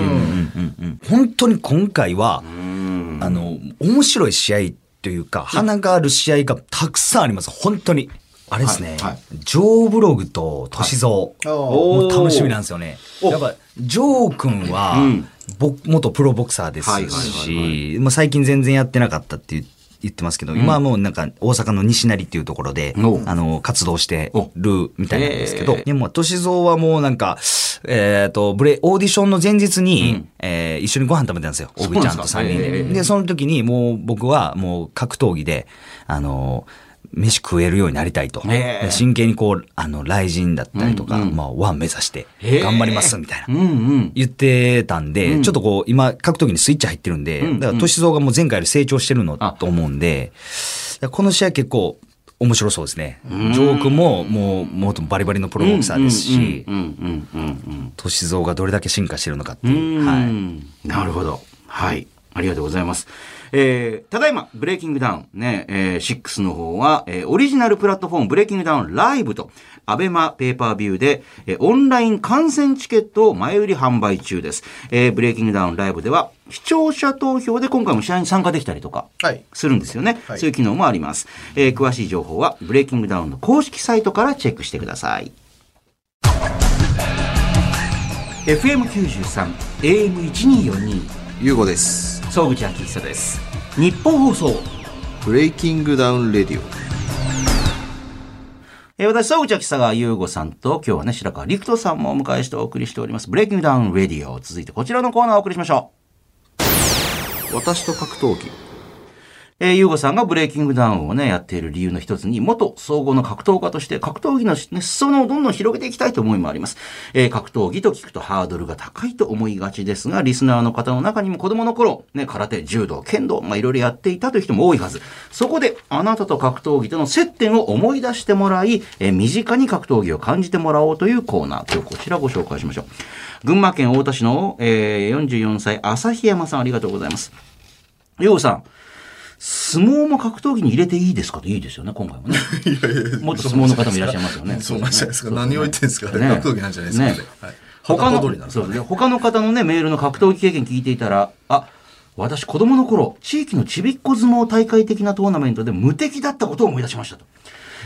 Speaker 2: 本当に今回は、
Speaker 1: うん
Speaker 2: あの、面白い試合というか、花がある試合がたくさんあります。本当に。あれですね、
Speaker 1: はいはい
Speaker 2: ジョーブログと歳三、
Speaker 4: お
Speaker 2: もう楽しみなんですよね。やっぱ、ジョー君は、
Speaker 1: うん
Speaker 2: ぼ元プロボクサーです
Speaker 1: はいはいはい
Speaker 2: し、まあ最近全然やってなかったって言って、ますけど、今はもうなんか大阪の西成っていうところで、
Speaker 1: お
Speaker 2: あの、活動してるみたいなんですけど、
Speaker 1: へー
Speaker 2: でも、歳三はもうなんか、えっ、と、ブレ、オーディションの前日に、えー一緒にご飯食べたんですよ。
Speaker 1: そ
Speaker 2: お
Speaker 1: うなん
Speaker 2: ぐ
Speaker 1: で
Speaker 2: ち
Speaker 1: す
Speaker 2: ゃ
Speaker 1: か
Speaker 2: んと3人
Speaker 1: へ
Speaker 2: で。
Speaker 1: ー
Speaker 2: で、その時にもう僕はもう格闘技で、あの、飯食えるようになりたいと。
Speaker 1: へー
Speaker 2: 真剣にこう、あの、雷神だったりとか、まあ、ワン目指して、
Speaker 1: へー
Speaker 2: 頑張ります、みたいな。
Speaker 1: うんうん。
Speaker 2: 言ってたんで、ちょっとこう、今、格闘技にスイッチ入ってるんで、
Speaker 1: んうん
Speaker 2: だから、歳三がもう前回より成長してるのと思うんで、だからこの試合結構、面白そうですね。ジョークも、もう、もっとバリバリのプロボクサーですし、
Speaker 1: うんうんうんうんうん。
Speaker 2: 歳三がどれだけ進化してるのかって
Speaker 1: う
Speaker 2: いう。はい。
Speaker 1: ーんなるほど。はい。ありがとうございます。えー、ただいま、ブレイキングダウンね、えー、6の方は、えー、オリジナルプラットフォーム、ブレイキングダウンライブと、アベマペーパービューで、えー、オンライン観戦チケットを前売り販売中です。えー、ブレイキングダウンライブでは、視聴者投票で今回も試合に参加できたりとか、
Speaker 4: はい
Speaker 1: するんですよね。
Speaker 4: はい
Speaker 1: そういう機能もあります。えー、詳しい情報は、ブレイキングダウンの公式サイトからチェックしてください。FM93、AM1242、
Speaker 4: ゆうごです
Speaker 1: 総口昭久です。日本放送。
Speaker 4: ブレイキングダウンレディオ
Speaker 1: えー私、総口昭久が優吾さんと、今日はね、白川陸斗さんもお迎えしてお送りしております。ブレイキングダウンレディオ。続いてこちらのコーナーをお送りしましょう。
Speaker 4: 私と格闘技
Speaker 1: えー、ゆうごさんがブレイキングダウンをね、やっている理由の一つに、元総合の格闘家として、格闘技のね、裾野をどんどん広げていきたいと思いもあります。えー格闘技と聞くとハードルが高いと思いがちですが、リスナーの方の中にも子供の頃、ね、空手、柔道、剣道、まあ、いろいろやっていたという人も多いはず。そこで、あなたと格闘技との接点を思い出してもらい、えー身近に格闘技を感じてもらおうというコーナー。今日こちらご紹介しましょう。群馬県太田市の、えー44歳、朝日山さん、ありがとうございます。ゆうごさん、相撲も格闘技に入れていいですかといいですよね、今
Speaker 4: [LAUGHS]
Speaker 1: 回もね。もっと相撲の方もいらっしゃいますよね。
Speaker 4: そうなんじゃないですか
Speaker 1: そう
Speaker 4: 何を言ってんですか格闘技なんじゃないですか
Speaker 1: ね
Speaker 4: それはい
Speaker 1: 他
Speaker 4: 裸踊りなん
Speaker 1: の、
Speaker 4: です
Speaker 1: そうですね。他の方のね、メールの格闘技経験聞いていたら、あ、私子供の頃、地域のちびっこ相撲大会的なトーナメントで無敵だったことを思い出しましたと。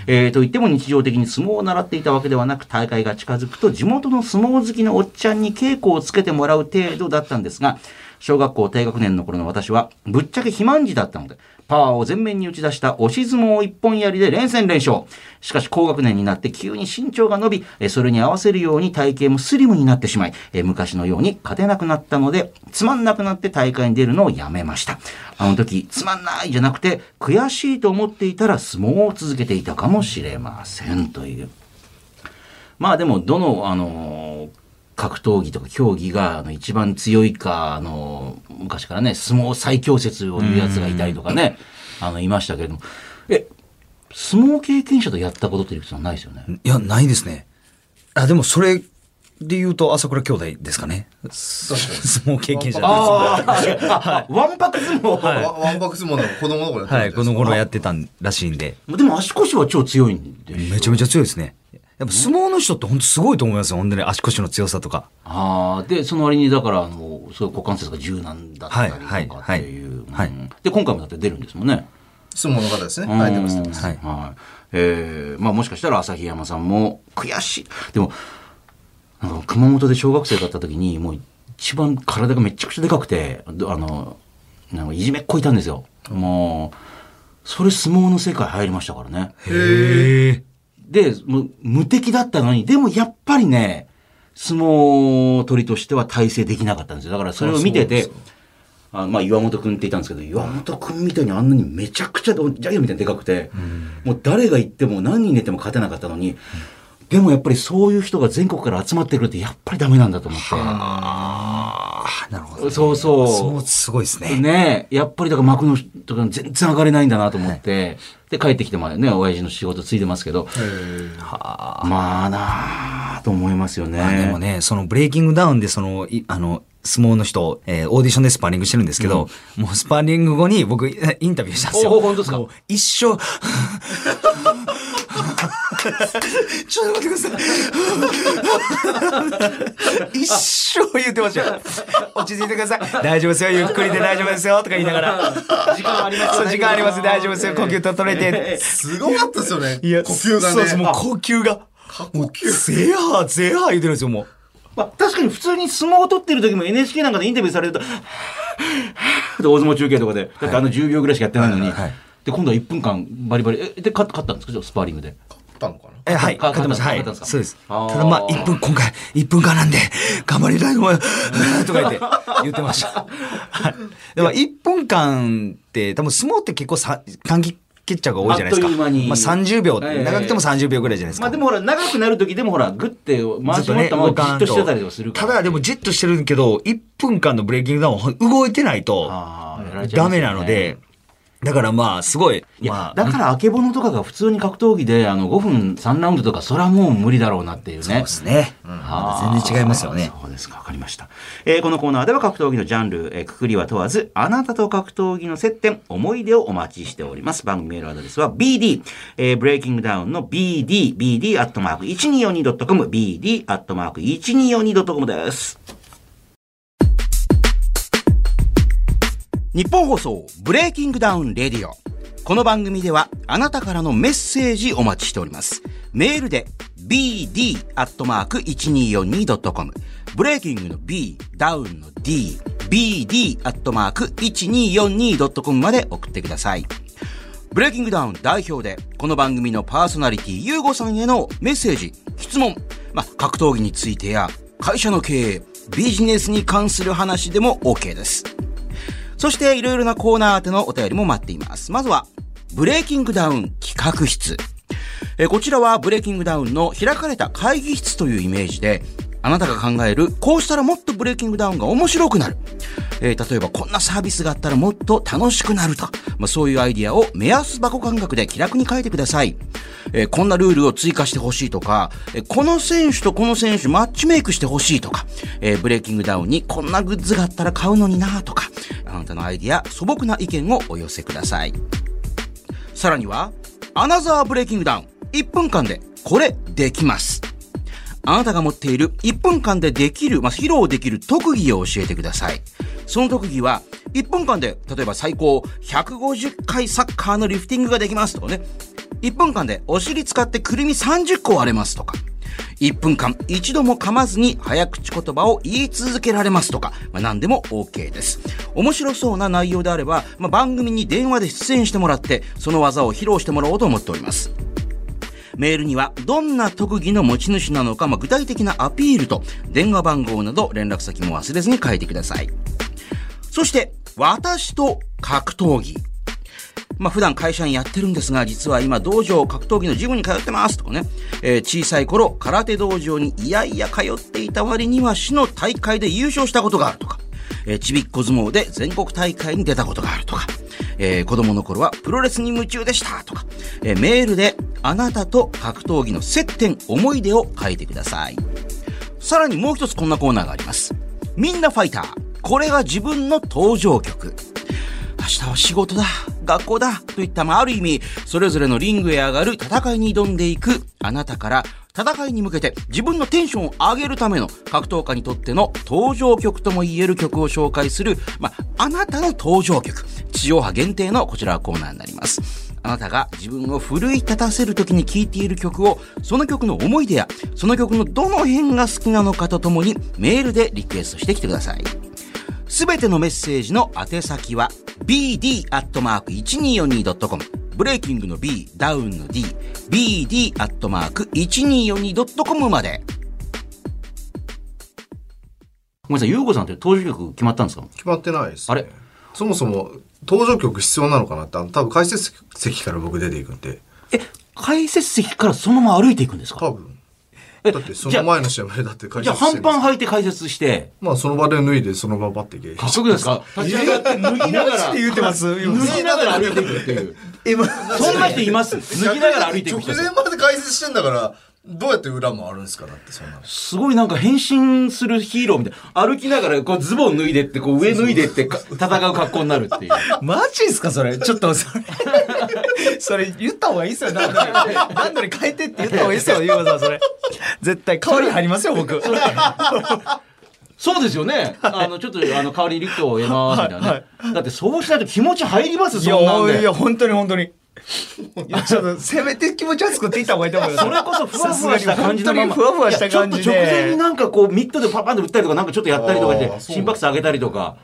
Speaker 1: えーといっても日常的に相撲を習っていたわけではなく、大会が近づくと地元の相撲好きのおっちゃんに稽古をつけてもらう程度だったんですが、小学校低学年の頃の私は、ぶっちゃけ肥満児だったので、パワーを前面に打ち出した押し相撲一本槍で連戦連勝。しかし高学年になって急に身長が伸び、えーそれに合わせるように体型もスリムになってしまい、えー昔のように勝てなくなったので、つまんなくなって大会に出るのをやめました。あの時、つまんないじゃなくて、悔しいと思っていたら相撲を続けていたかもしれませんという。まあでも、どの、あのー格闘技とか競技があの一番強いか、あのー昔からね、相撲最強説を言うやつがいたりとかね、あの、いましたけれども。え、相撲経験者とやったことっていうことはないですよね。
Speaker 2: いや、ないですね。あ、でもそれで言うと朝倉兄弟ですかね。相撲経験者です。は
Speaker 1: ああ、わんぱく相撲。
Speaker 4: わわんぱく相撲の子供の頃やってた
Speaker 2: い、この頃やってたんらしいんで。
Speaker 1: でも足腰は超強いんでしょ
Speaker 2: めちゃめちゃ強いですね。やっぱ相撲の人って本当すごいと思いますよ。本当に足腰の強さとか。
Speaker 1: ああ、で、その割に、だから、あの、そういう股関節が柔軟だったりとか
Speaker 2: はいはい
Speaker 1: っていう。
Speaker 2: はい
Speaker 1: うんで、今回もだって出るんですもんね。
Speaker 4: 相撲の方ですね。はい、出ます出ます。
Speaker 1: はい。えーまあもしかしたら旭山さんも悔しい。でも、なんか熊本で小学生だった時に、もう一番体がめちゃくちゃでかくて、どあの、なんかいじめっこいたんですよ。もう、それ相撲の世界入りましたからね。
Speaker 2: へえ。
Speaker 1: で、もう無敵だったのに、でもやっぱりね、相撲取りとしては体制できなかったんですよ。だからそれを見てて、あまあ岩本くんって言ったんですけど、岩本くんみたいにあんなにめちゃくちゃで、ジャイアンみたいにでかくて、もう誰が行っても何人寝ても勝てなかったのに、でもやっぱりそういう人が全国から集まってくるってやっぱりダメなんだと思っ
Speaker 2: ああ、なるほど。
Speaker 1: て。そうそう。
Speaker 2: 相撲すごいですね。
Speaker 1: ねえ、やっぱりだから幕のとか全然上がれないんだなと思って、で、帰ってきてまでね、親父の仕事ついてますけど、まあなあと思いますよね。
Speaker 2: まあでもね、そのブレイキングダウンで、その、いあの、相撲の人、えーオーディションでスパーリングしてるんですけど、もうスパーリング後に僕、 [LAUGHS] インタビューしたんですよ。
Speaker 1: おお本当ですか
Speaker 2: もう一生、ちょっと待ってくださ [LAUGHS] い。一生言ってましたよ。落ち着いてください。大丈夫ですよ。ゆっくりで大丈夫ですよ。とか言いながら。
Speaker 1: 時間あります
Speaker 2: そう、時間あります。大丈夫ですよ。呼吸整えて。
Speaker 4: すごかったですよね。
Speaker 2: いや、
Speaker 4: 呼吸が
Speaker 2: そうです
Speaker 4: ね。
Speaker 2: もう呼吸が。もう、ゼハー、ゼハー言ってるんですよ、もう。
Speaker 1: まあ、確かに普通に相撲を取ってる時も NHK なんかでインタビューされると、はぁはぁ大相撲中継とかで、だってあの10秒ぐらいしかやってないのに、
Speaker 2: はいはい
Speaker 1: で、今度は1分間バリバリ、え、で、勝勝ったんですかじゃあスパーリングで。
Speaker 4: あったのかな
Speaker 2: え、はい。
Speaker 1: か勝てました
Speaker 2: は
Speaker 1: 勝
Speaker 2: い
Speaker 1: てまし。た
Speaker 2: そうです。た
Speaker 1: あー
Speaker 2: だまあ、1分、今回、1分間なんで、頑張りたいと思います。とか言って、言ってました。はい。でも、1分間って、多分相撲って結構さ短期決着が多いじゃないですか。
Speaker 1: あっという間に
Speaker 2: まあ、30秒、
Speaker 1: ええ
Speaker 2: 長くても30秒ぐらいじゃないです
Speaker 1: ま
Speaker 2: か。
Speaker 1: あでもほら、長くなる時でもほら、グッて回
Speaker 2: ずっ
Speaker 1: し
Speaker 2: と
Speaker 1: 持っ
Speaker 2: ね、
Speaker 1: たまま
Speaker 2: 動か
Speaker 1: じ
Speaker 2: ん
Speaker 1: っ
Speaker 2: と
Speaker 1: としてたりとかするから。
Speaker 2: ただでも、じっとしてるけど、1分間のブレイキングダウンは動いてないと、
Speaker 1: あーやられちゃい
Speaker 2: ダ
Speaker 1: ます
Speaker 2: メ
Speaker 1: よね
Speaker 2: なので、だからまあ、すごい、
Speaker 1: いや、
Speaker 2: まあ、
Speaker 1: だから、あけぼのとかが普通に格闘技で、あの、5分3ラウンドとか、それはもう無理だろうなっていうね。
Speaker 2: そうですね。
Speaker 1: あー
Speaker 2: 全然違いますよね。
Speaker 1: そうですか、わかりました。えーこのコーナーでは格闘技のジャンル、えーくくりは問わず、あなたと格闘技の接点、思い出をお待ちしております。番組メールアドレスは BD、えーブレイキングダウンの BD、BD アットマーク 1242.com、BD アットマーク 1242.com です。日本放送ブレイキングダウンレディオこの番組ではあなたからのメッセージお待ちしておりますメールで bd アットマーク 1242.com ブレイキングの b ダウンの d bd アットマーク 1242.com まで送ってくださいブレイキングダウン代表で、この番組のパーソナリティ、ゆうごさんへのメッセージ、質問、まあ、格闘技についてや、会社の経営、ビジネスに関する話でも OK です。そして、いろいろなコーナー宛てのお便りも待っています。まずは、ブレイキングダウン企画室。えーこちらはブレイキングダウンの開かれた会議室というイメージで、あなたが考える、こうしたらもっとブレイキングダウンが面白くなる。えー例えばこんなサービスがあったらもっと楽しくなると。まあ、そういうアイディアを目安箱感覚で気楽に書いてください。えーこんなルールを追加してほしいとか、えーこの選手とこの選手マッチメイクしてほしいとか、えーブレイキングダウンにこんなグッズがあったら買うのになとか、あなたのアイディア、素朴な意見をお寄せください。さらには、アナザーブレイキングダウン。1分間で、これ、できます。あなたが持っている1分間でできる、まあ、披露できる特技を教えてください。その特技は1分間で例えば最高150回サッカーのリフティングができますとかね1分間でお尻使ってくるみ30個割れますとか1分間一度も噛まずに早口言葉を言い続けられますとか、まあ、何でも OK です面白そうな内容であれば、まあ、番組に電話で出演してもらってその技を披露してもらおうと思っておりますメールにはどんな特技の持ち主なのか、まあ具体的なアピールと電話番号など連絡先も忘れずに書いてくださいそして私と格闘技まあ、普段会社にやってるんですが、実は今、道場格闘技のジムに通ってますとかね、えー小さい頃、空手道場にいやいや通っていた割には、市の大会で優勝したことがあるとか、えーちびっこ相撲で全国大会に出たことがあるとか、えー子供の頃はプロレスに夢中でしたとか、えーメールで、あなたと格闘技の接点、思い出を書いてください。さらにもう一つこんなコーナーがあります。みんなファイター。これが自分の登場曲。明日は仕事だ、学校だ、といった、まあ、ある意味、それぞれのリングへ上がる戦いに挑んでいく、あなたから、戦いに向けて自分のテンションを上げるための格闘家にとっての登場曲とも言える曲を紹介する、まあ、あなたの登場曲、地上波限定のこちらはコーナーになります。あなたが自分を奮い立たせる時に聴いている曲を、その曲の思い出や、その曲のどの辺が好きなのかとともに、メールでリクエストしてきてください。すべてのメッセージの宛先は bd.1242.com ブレイキングの B、ダウンの D、bd.1242.com まで。ごめんなさい、ゆうこさんって登場曲決まったんですか
Speaker 4: 決まってないです、
Speaker 1: あれ
Speaker 4: そもそも登場曲必要なのかなってあの多分解説席から僕出ていくんで
Speaker 1: え、解説席からそのまま歩いていくんです
Speaker 4: 多分
Speaker 1: え
Speaker 4: だってその前の試合までだって解
Speaker 1: じゃあ
Speaker 4: 説
Speaker 1: 半
Speaker 4: して
Speaker 1: パン
Speaker 4: ます
Speaker 1: 履いて解説して、
Speaker 4: まあその場で脱いでその場バッていけ
Speaker 1: あそういうことですか立ち上がって脱ぎながら、
Speaker 2: って言ってます。
Speaker 1: 脱ぎながら歩いていくっていう。そんな人います脱ぎながら歩いていく人
Speaker 4: 直。前まで解説してんだからどうやって裏もあるんですかなってそんなの
Speaker 1: すごいなんか変身するヒーローみたいな。歩きながら、こうズボン脱いでって、こう上脱いでってか戦う格好になるっていう。
Speaker 2: マジですかそれ。ちょっと、それ、 [LAUGHS] それ言った方がいいですよ。何度に。何度に変えてって言った方がいいですよ、ゆうまさん、それ。絶対代わり入りますよ、僕。
Speaker 1: そうですよね。あの、ちょっと、あの、代わりにリットを入れますみたいなね。だってそうしないと気持ち入り
Speaker 2: [LAUGHS]
Speaker 1: ます
Speaker 2: い
Speaker 1: そんなん
Speaker 2: や、い
Speaker 1: で。
Speaker 2: や、本当に本当に。いや、ちょっと、せめて気持ちは作っていった方がいいと思います。
Speaker 1: それこそふわふわした感じのまま。
Speaker 2: さすがに本当にふわふわした感じで
Speaker 1: いやちょっと直前になんかこう、ミットでパパンで打ったりとか、なんかちょっとやったりとかして、心拍数上げたりとか。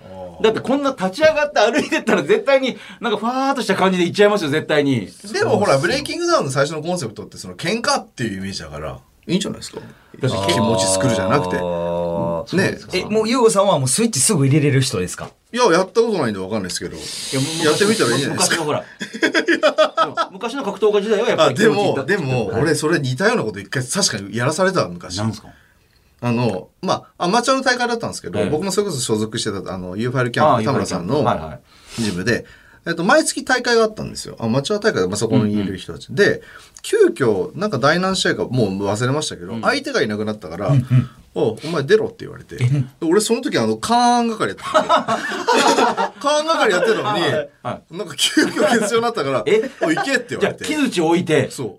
Speaker 1: だってこんな立ち上がって歩いてったら絶対に、なんかふわーっとした感じでいっちゃいますよ、絶対に。
Speaker 4: でもほらブレイキングダウンの最初のコンセプトってその喧嘩っていうイメージだからいいんじゃないですか気持ち作るじゃなくてね
Speaker 2: え、もう、ゆうごさんはもうスイッチすぐ入れれる人ですか
Speaker 4: いややったことないんでわかんないですけど
Speaker 1: や
Speaker 4: やってみたらいいじゃないです
Speaker 1: 昔のほら。でも昔の格闘家時代はやっぱ
Speaker 4: あ
Speaker 1: り
Speaker 4: で
Speaker 1: 気持ちいいんだ
Speaker 4: も
Speaker 1: って
Speaker 4: でも俺それ似たようなこと一回確かにやらされたわ昔
Speaker 1: なんですか
Speaker 4: あの、まあ、アマチュアの大会だったんですけど、
Speaker 1: ええ
Speaker 4: 僕もそれこそ所属してた、あの、U ファイルキ
Speaker 1: あ
Speaker 4: ャン
Speaker 1: あ
Speaker 4: プ、田村さんの
Speaker 1: はいはい
Speaker 4: ジムで、えっと、毎月大会があったんですよ。アマチュア大会で、まあ、そこにいる人たち。で、急遽、なんか第何試合か、もう忘れましたけど、相手がいなくなったから、おうお前出ろって言われて。俺その時あの、カーン係やってたんで。 [LAUGHS] カーン係やってたのに、
Speaker 1: は
Speaker 4: なんか急遽欠場になったから、
Speaker 1: え
Speaker 4: おい行けって言
Speaker 1: じゃ
Speaker 4: わ
Speaker 1: あ、
Speaker 4: れて。
Speaker 1: 木槌置いて、
Speaker 4: そう。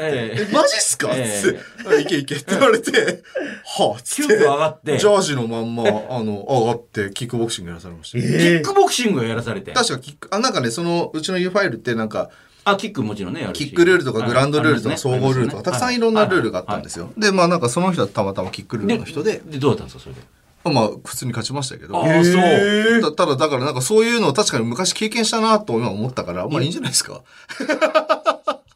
Speaker 1: え
Speaker 4: え
Speaker 1: え、
Speaker 4: マジっすか?」っ
Speaker 1: え
Speaker 4: つって「あいけいけ」って言われて「はあ」っつって
Speaker 1: 急遽上がって
Speaker 4: ジャージのまんまあの上がってキックボクシングやらされました、
Speaker 1: キックボクシングをやらされて。
Speaker 4: 確かキックあなんかねそのうちの U ファイルってなんか
Speaker 1: あ、キックもちろんね、やる
Speaker 4: キ
Speaker 1: し
Speaker 4: ックルールとかグラウンドルールと
Speaker 1: は
Speaker 4: か
Speaker 1: い
Speaker 4: 総合
Speaker 1: あ
Speaker 4: ルールとか
Speaker 1: りますね
Speaker 4: たくさんいろんなルールがあったんですよ、でまあなんかその人はたまたまキックルールの人で
Speaker 1: で、どうだったんですか、それで。
Speaker 4: まあ普通に勝ちましたけど
Speaker 1: ああ、そう。
Speaker 4: たただだからなんかそういうのを確かに昔経験したなと今思ったからまあいいんじゃないですか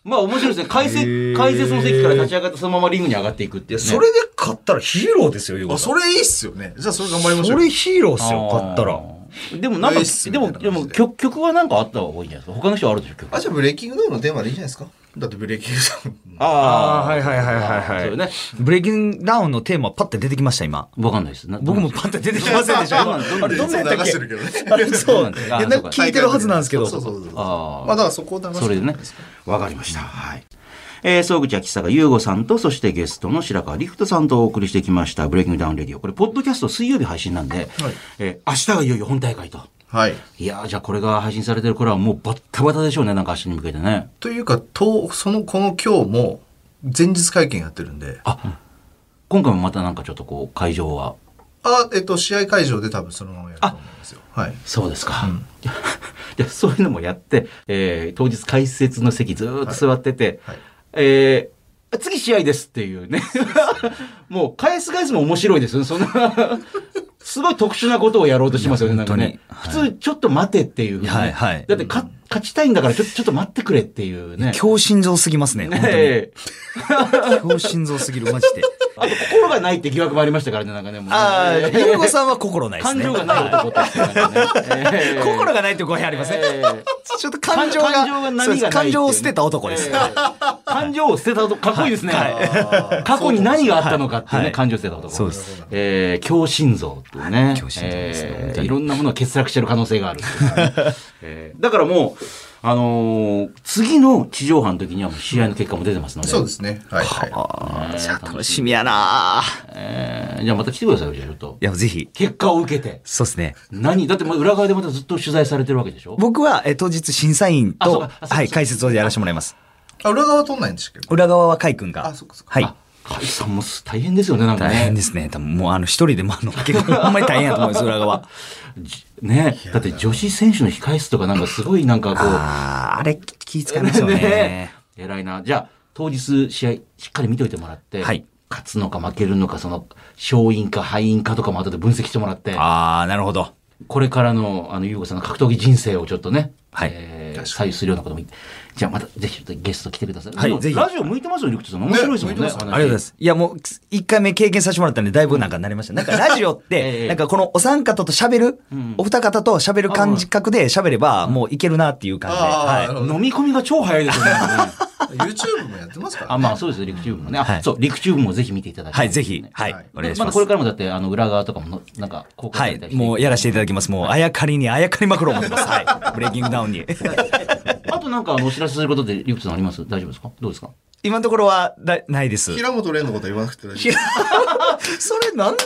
Speaker 1: まあ、面白いですね。解説、解説の席から立ち上がって、そのままリングに上がっていくっていうね。
Speaker 2: それで買ったらヒーローですよ、ゆう
Speaker 4: あ
Speaker 2: ごさん。
Speaker 4: それいいっすよねじゃあそれ頑張りましょ
Speaker 2: そうれヒーローっすよ、
Speaker 1: あー
Speaker 2: 買ったら。
Speaker 1: でも、なんか
Speaker 4: ナイス、
Speaker 1: でも、
Speaker 4: みたい
Speaker 1: で
Speaker 4: な感
Speaker 1: も、
Speaker 4: じで
Speaker 1: 曲、曲はなんかあった方がいいんじゃないですか。他の人はあるでしょ、曲。
Speaker 4: あじゃあブレイキングダウンのテーマでいいんじゃないですかだってブレイキングダウン
Speaker 1: あ
Speaker 2: ーはいはい
Speaker 1: そうよね。
Speaker 2: ブレイキングダウンのテーマパッて出てきました、今。
Speaker 1: わかんないです。な
Speaker 2: 僕も。パッて出
Speaker 4: [LAUGHS]
Speaker 2: てきませんでし [LAUGHS] ょ。
Speaker 1: どんなどんな
Speaker 2: あれどんなやったっ
Speaker 4: 流
Speaker 2: け
Speaker 4: してるけどね。
Speaker 2: [LAUGHS] あれそう。
Speaker 1: どんなやったっけあそ
Speaker 2: いや
Speaker 1: う
Speaker 2: な
Speaker 1: か
Speaker 2: んか聞いてるはずなんですけど。
Speaker 4: そうそうそうそう。
Speaker 1: あー
Speaker 4: まあだからそこを流して
Speaker 1: それでね。わかりました。はい。えー、総口秋坂優吾さんと、そしてゲストの白川陸人さんとお送りしてきました、ブレイキングダウンレディオ。これ、ポッドキャスト水曜日配信なんで、えー明日がいよいよ本大会と。
Speaker 4: はい。
Speaker 1: いやー、じゃあこれが配信されてる頃はもうバッタバタでしょうね、なんか明日に向けてね。
Speaker 4: というか、と、その、この今日も、前日会見やってるんで、
Speaker 1: 今回もまたなんかちょっとこう、会場は
Speaker 4: あ、えっと、試合会場で多分そのままやると思うんですよ。はい。
Speaker 6: そうですか。でそういうのもやって、えー当日解説の席ずーっと座ってて、
Speaker 4: はいはい
Speaker 6: えー次試合ですっていうね。 [LAUGHS] もう返す返すも面白いですよね。そんな [LAUGHS] すごい特殊なことをやろうとしますよね、
Speaker 2: い
Speaker 6: な
Speaker 2: や
Speaker 6: んかね。普通、ちょっと待てっていう、ね
Speaker 2: はいはい
Speaker 6: だってか、勝ちたいんだからちょ、ちょっと待ってくれっていう
Speaker 2: [LAUGHS]
Speaker 6: ね。
Speaker 2: 強心臓すぎますね。本
Speaker 6: ええ
Speaker 2: 当に。 [LAUGHS] 強心臓すぎる、マジで。
Speaker 6: あと、心がないって疑惑もありましたからね、なんかね。もうね
Speaker 2: ああ、
Speaker 6: え
Speaker 2: ゆう
Speaker 6: え
Speaker 2: こさんは心ないです
Speaker 6: 感
Speaker 2: ね。
Speaker 6: 情がない男ってこ
Speaker 4: [LAUGHS]
Speaker 6: とですからね。ええ
Speaker 2: 心がないって語弊ありますね。
Speaker 6: ええ
Speaker 2: ちょっと感情が、
Speaker 6: 感情が波がな
Speaker 2: そ
Speaker 6: いって
Speaker 2: う
Speaker 6: い
Speaker 2: で
Speaker 6: う
Speaker 2: す
Speaker 6: ね
Speaker 2: 感情を捨てた男です。
Speaker 6: えー感情を捨てたとかっこいいですね。過去に何があったのかっていうね、
Speaker 2: はい
Speaker 6: 感情を捨てた男。
Speaker 2: そうです。
Speaker 6: えー、強心臓っていうね。
Speaker 2: 強心臓ですね
Speaker 6: え
Speaker 2: 本
Speaker 6: ー
Speaker 2: 当に
Speaker 6: いろんなものが欠落してる可能性があるっていうね [LAUGHS] えーだからもう、あのー次の地上波の時にはもう試合の結果も出てますので。
Speaker 4: そうですね。はい、はい。
Speaker 2: あーじゃあ楽しみやなー
Speaker 6: えーじゃあまた来てくださいよ、じゃあちょっと
Speaker 2: い。や、ぜひ。
Speaker 6: 結果を受けて。
Speaker 2: そうですね。
Speaker 6: 何だってま裏側でまたずっと取材されてるわけでしょ
Speaker 2: 僕は、えー当日審査員
Speaker 6: あそう
Speaker 2: と、
Speaker 6: かあそうか
Speaker 2: はい、解説をやらせてもらいます。
Speaker 4: あ、裏側取んないんですけど。
Speaker 2: 裏側は海君が。
Speaker 4: あそうかそうか
Speaker 2: はい
Speaker 6: あ。、海さんも大変ですよね、なんか
Speaker 2: 大
Speaker 6: ね。
Speaker 2: 変ですね。多分もう、あの、一人でも、あ
Speaker 6: [LAUGHS]
Speaker 2: の、結構、ほんまに大変やと思います、裏側。
Speaker 6: じねだって女子選手の控え室とかなんかすごいなんかこう、
Speaker 2: あーあれ、気遣いますよね。
Speaker 6: え偉いな。じゃあ、当日試合しっかり見といてもらって、
Speaker 2: はい
Speaker 6: 勝つのか負けるのか、その、勝因か敗因かとかも後で分析してもらって、
Speaker 2: ああ、なるほど。
Speaker 6: これからの、あの、ゆうごさんの格闘技人生をちょっとね、
Speaker 2: はい
Speaker 6: えー左右するようなことも言って、じゃあまたぜひちょっとゲスト来てください。
Speaker 2: はい
Speaker 6: でも
Speaker 2: ぜひ
Speaker 6: ラジオ向いてますよ、陸地さん。面白いですもんね。
Speaker 4: ね
Speaker 6: お
Speaker 2: あり
Speaker 6: 話
Speaker 2: がとうございます。いや、もう、一回目経験させてもらったんで、だいぶなんか慣れました。なんかラジオっ [LAUGHS]
Speaker 6: ええ
Speaker 2: て、なんかこのお三方と喋る、お二方と喋る感じ覚で喋れば、もういけるなっていう感じで。
Speaker 4: ああ、
Speaker 2: は
Speaker 4: ないるほど
Speaker 6: 飲み込みが超早いですよね。なんかね
Speaker 4: YouTube もやってますから、ね。
Speaker 6: [LAUGHS] あ、まあそうですよ、陸チューブもね。あ、
Speaker 2: はい
Speaker 6: そう、陸チューブもぜひ見ていただきた
Speaker 2: はいい、
Speaker 6: です
Speaker 2: ぜ
Speaker 6: ね。
Speaker 2: ひ、はい
Speaker 4: はい、
Speaker 2: お願いし
Speaker 6: ま
Speaker 2: ま
Speaker 6: だ
Speaker 2: す
Speaker 6: これ。からもだって、あの、裏側とかもの、なんか、公開
Speaker 2: は
Speaker 6: されたり
Speaker 2: い、
Speaker 6: して
Speaker 2: もうやらせていただきます。もう、あやかりにあやかりまくろう思い [LAUGHS] ます。はい、ブレイキングダウンに。
Speaker 6: あとなんかあのお知らせすることで、リュウクさんあります大丈夫ですかどうですか
Speaker 2: 今のところは、だないです。
Speaker 4: 平本蓮のことは言わなくて大丈夫。
Speaker 2: それなんで、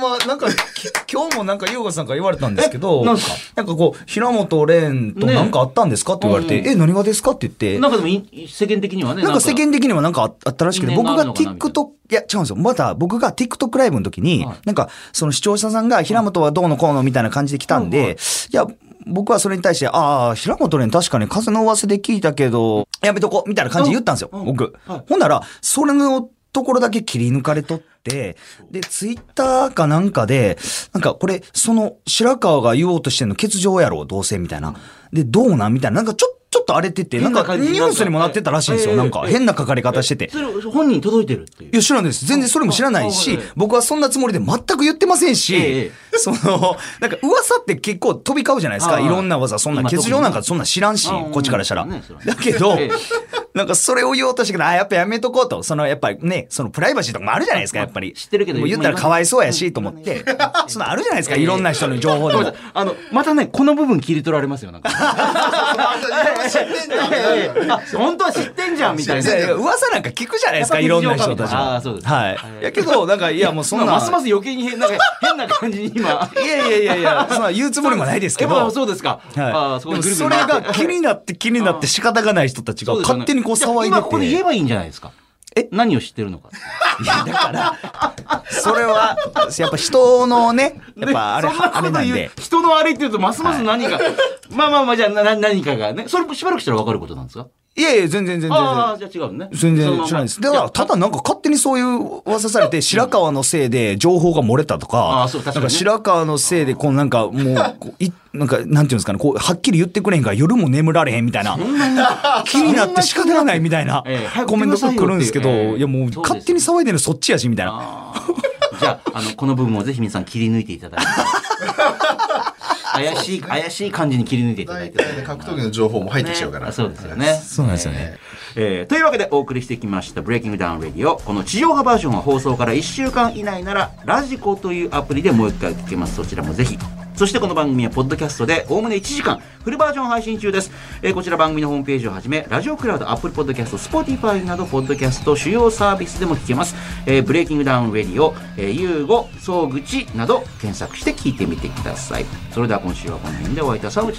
Speaker 2: まあ、なんか、き [LAUGHS] 今日もなんか、優子さんから言われたんですけど、
Speaker 6: えなんすか
Speaker 2: なんかこう、平本蓮と
Speaker 6: ね
Speaker 2: なんかあったんですかって言われて、
Speaker 6: うん
Speaker 2: え、何がですかって言って、
Speaker 6: なんかでもい、世間的にはね。
Speaker 2: なんか世間的にはなんかああったらしくて、
Speaker 6: 因縁
Speaker 2: 僕
Speaker 6: が
Speaker 2: が
Speaker 6: あるのかなみたいな
Speaker 2: TikTok、いや、違うんですよ。また僕が TikTok ライブの時に、
Speaker 6: はい
Speaker 2: なんか、その視聴者さんが平本はどうのこうのみたいな感じで来たんで、、
Speaker 6: はいはい
Speaker 2: や、僕はそれに対して、ああ、平本蓮確かに風の噂で聞いたけど、やめとこう、みたいな感じで言ったんですよ、
Speaker 6: うんうん
Speaker 2: 僕、
Speaker 6: はい
Speaker 2: ほんなら、それのところだけ切り抜かれとって、で、ツイッターかなんかで、なんかこれ、その白川が言おうとしてんの欠場やろ、どうせ、みたいな。で、どうなんみたいな。なんかちょ、ちょっと荒れてて、なん
Speaker 6: 変な
Speaker 2: か
Speaker 6: 感じ
Speaker 2: ニュースにもなってたらしいんです
Speaker 6: え
Speaker 2: よ。
Speaker 6: え
Speaker 2: なんか
Speaker 6: ええ
Speaker 2: 変な書かれ方してて。
Speaker 6: それ、本人に届いてるっていう
Speaker 2: い。や、知らないです。全然それも知らない
Speaker 6: ああ
Speaker 2: し
Speaker 6: あはい、
Speaker 2: 僕はそんなつもりで全く言ってません
Speaker 6: ええ
Speaker 2: し、その、なんか噂って結構飛び交うじゃないです
Speaker 6: ああ
Speaker 2: か。いろんな噂、そんな
Speaker 6: 今
Speaker 2: 欠場なんかそんな知らんし
Speaker 6: 特にね、
Speaker 2: こっちからした
Speaker 6: ああ
Speaker 2: ら
Speaker 6: ねそれは。
Speaker 2: だけど
Speaker 6: ええ、
Speaker 2: なんかそれを言おうとしたけど、あ、やっぱやめとこうと。その、やっぱね、そのプライバシーとかもあるじゃないですか、やっぱり。
Speaker 6: 知ってるけど
Speaker 2: もう言ったらかわいそうやし、と思って。そのあるじゃないですか、いろんな人の情報で
Speaker 6: ごめん
Speaker 2: も
Speaker 6: な。さいあの、またね、この部分切り取られますよ、なんか。 [LAUGHS] ええあ、本当は知ってんじゃん、みたい
Speaker 2: い
Speaker 6: な。
Speaker 2: やいや噂なんか聞くじゃないですか、
Speaker 6: やっぱ
Speaker 2: いろんな人たちも。
Speaker 6: ああそうです
Speaker 2: はい。やけど、なんか、いやもうそんな。
Speaker 6: ますます余計に変な、変な感じに今。
Speaker 2: いやいやいやい
Speaker 6: [LAUGHS]
Speaker 2: や、そんな言うつもりもないですけ
Speaker 6: やっぱ
Speaker 2: ど。
Speaker 6: そうですか。
Speaker 2: はい、
Speaker 6: ああ、そ
Speaker 2: そ
Speaker 6: こにぐるぐ
Speaker 2: そ
Speaker 6: る
Speaker 2: れ
Speaker 6: 回って
Speaker 2: が気になって気になって仕方がない人たちが
Speaker 6: そうですよね
Speaker 2: 勝手にこう騒い
Speaker 6: や今ここで
Speaker 2: でて
Speaker 6: 言えばいいんじゃないですか。え何を知ってるのか。
Speaker 2: それはやっぱ人の
Speaker 6: [LAUGHS]
Speaker 2: ねやっぱあれ
Speaker 6: そんな
Speaker 2: あ
Speaker 6: こ
Speaker 2: れ
Speaker 6: と
Speaker 2: なん
Speaker 6: 言う
Speaker 2: で。
Speaker 6: 人のあれって言うと、ますます何か、まあまあまあ、じゃあ、な、何かがね。それもしばらくしたら分かることなんですか
Speaker 2: いやいや全然全然
Speaker 6: ああ、じゃあ違うのね。
Speaker 2: 全然知らないです。だから、ただなんか勝手にそういう噂されて、白川のせいで情報が漏れたとか、
Speaker 6: あそう確
Speaker 2: な
Speaker 6: かにね
Speaker 2: んか白川のせいで、こうなんかもう、こういなんか、なんていうんですかね、こう、はっきり言ってくれへんから夜も眠られへんみたいな、気になって仕方がないみたいな
Speaker 6: ええ早く
Speaker 2: コメントが来るんですけど、
Speaker 6: 来てくださいよっていうええ
Speaker 2: いやもう
Speaker 6: そうですよ
Speaker 2: 勝手に騒いでるのそっちやし、みたいな。
Speaker 6: じゃあ、あの、この部分をぜひ皆さん切り抜いていただいて。怪しい、怪しい感じに切り抜いていただ
Speaker 4: 大
Speaker 6: いて。
Speaker 4: 体ね、格闘技の情報も入ってきちゃうから。
Speaker 6: ねそうですよね。
Speaker 2: そうなんですよね。
Speaker 6: えーというわけでお送りしてきました「ブレイキングダウンレディオ」この地上波バージョンは放送から1週間以内ならラジコというアプリでもう一回聞けますそちらもぜひそしてこの番組はポッドキャストでおおむね1時間フルバージョン配信中です、えーこちら番組のホームページをはじめラジオクラウドアップルポッドキャストスポーティファイなどポッドキャスト主要サービスでも聞けます、えーブレイキングダウンレディオ、えー、ユーゴ総口など検索して聞いてみてくださいそれでは今週はこの辺でお会いいたしましょ
Speaker 4: ユ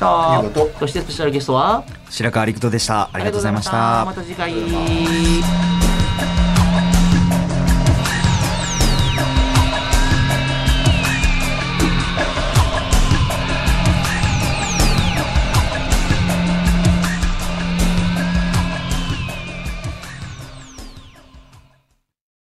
Speaker 4: ーゴ
Speaker 6: うそしてスペシャルゲストは
Speaker 2: 白川陸斗でした。ありがとうございました
Speaker 6: あ。りがとうございましたまた次回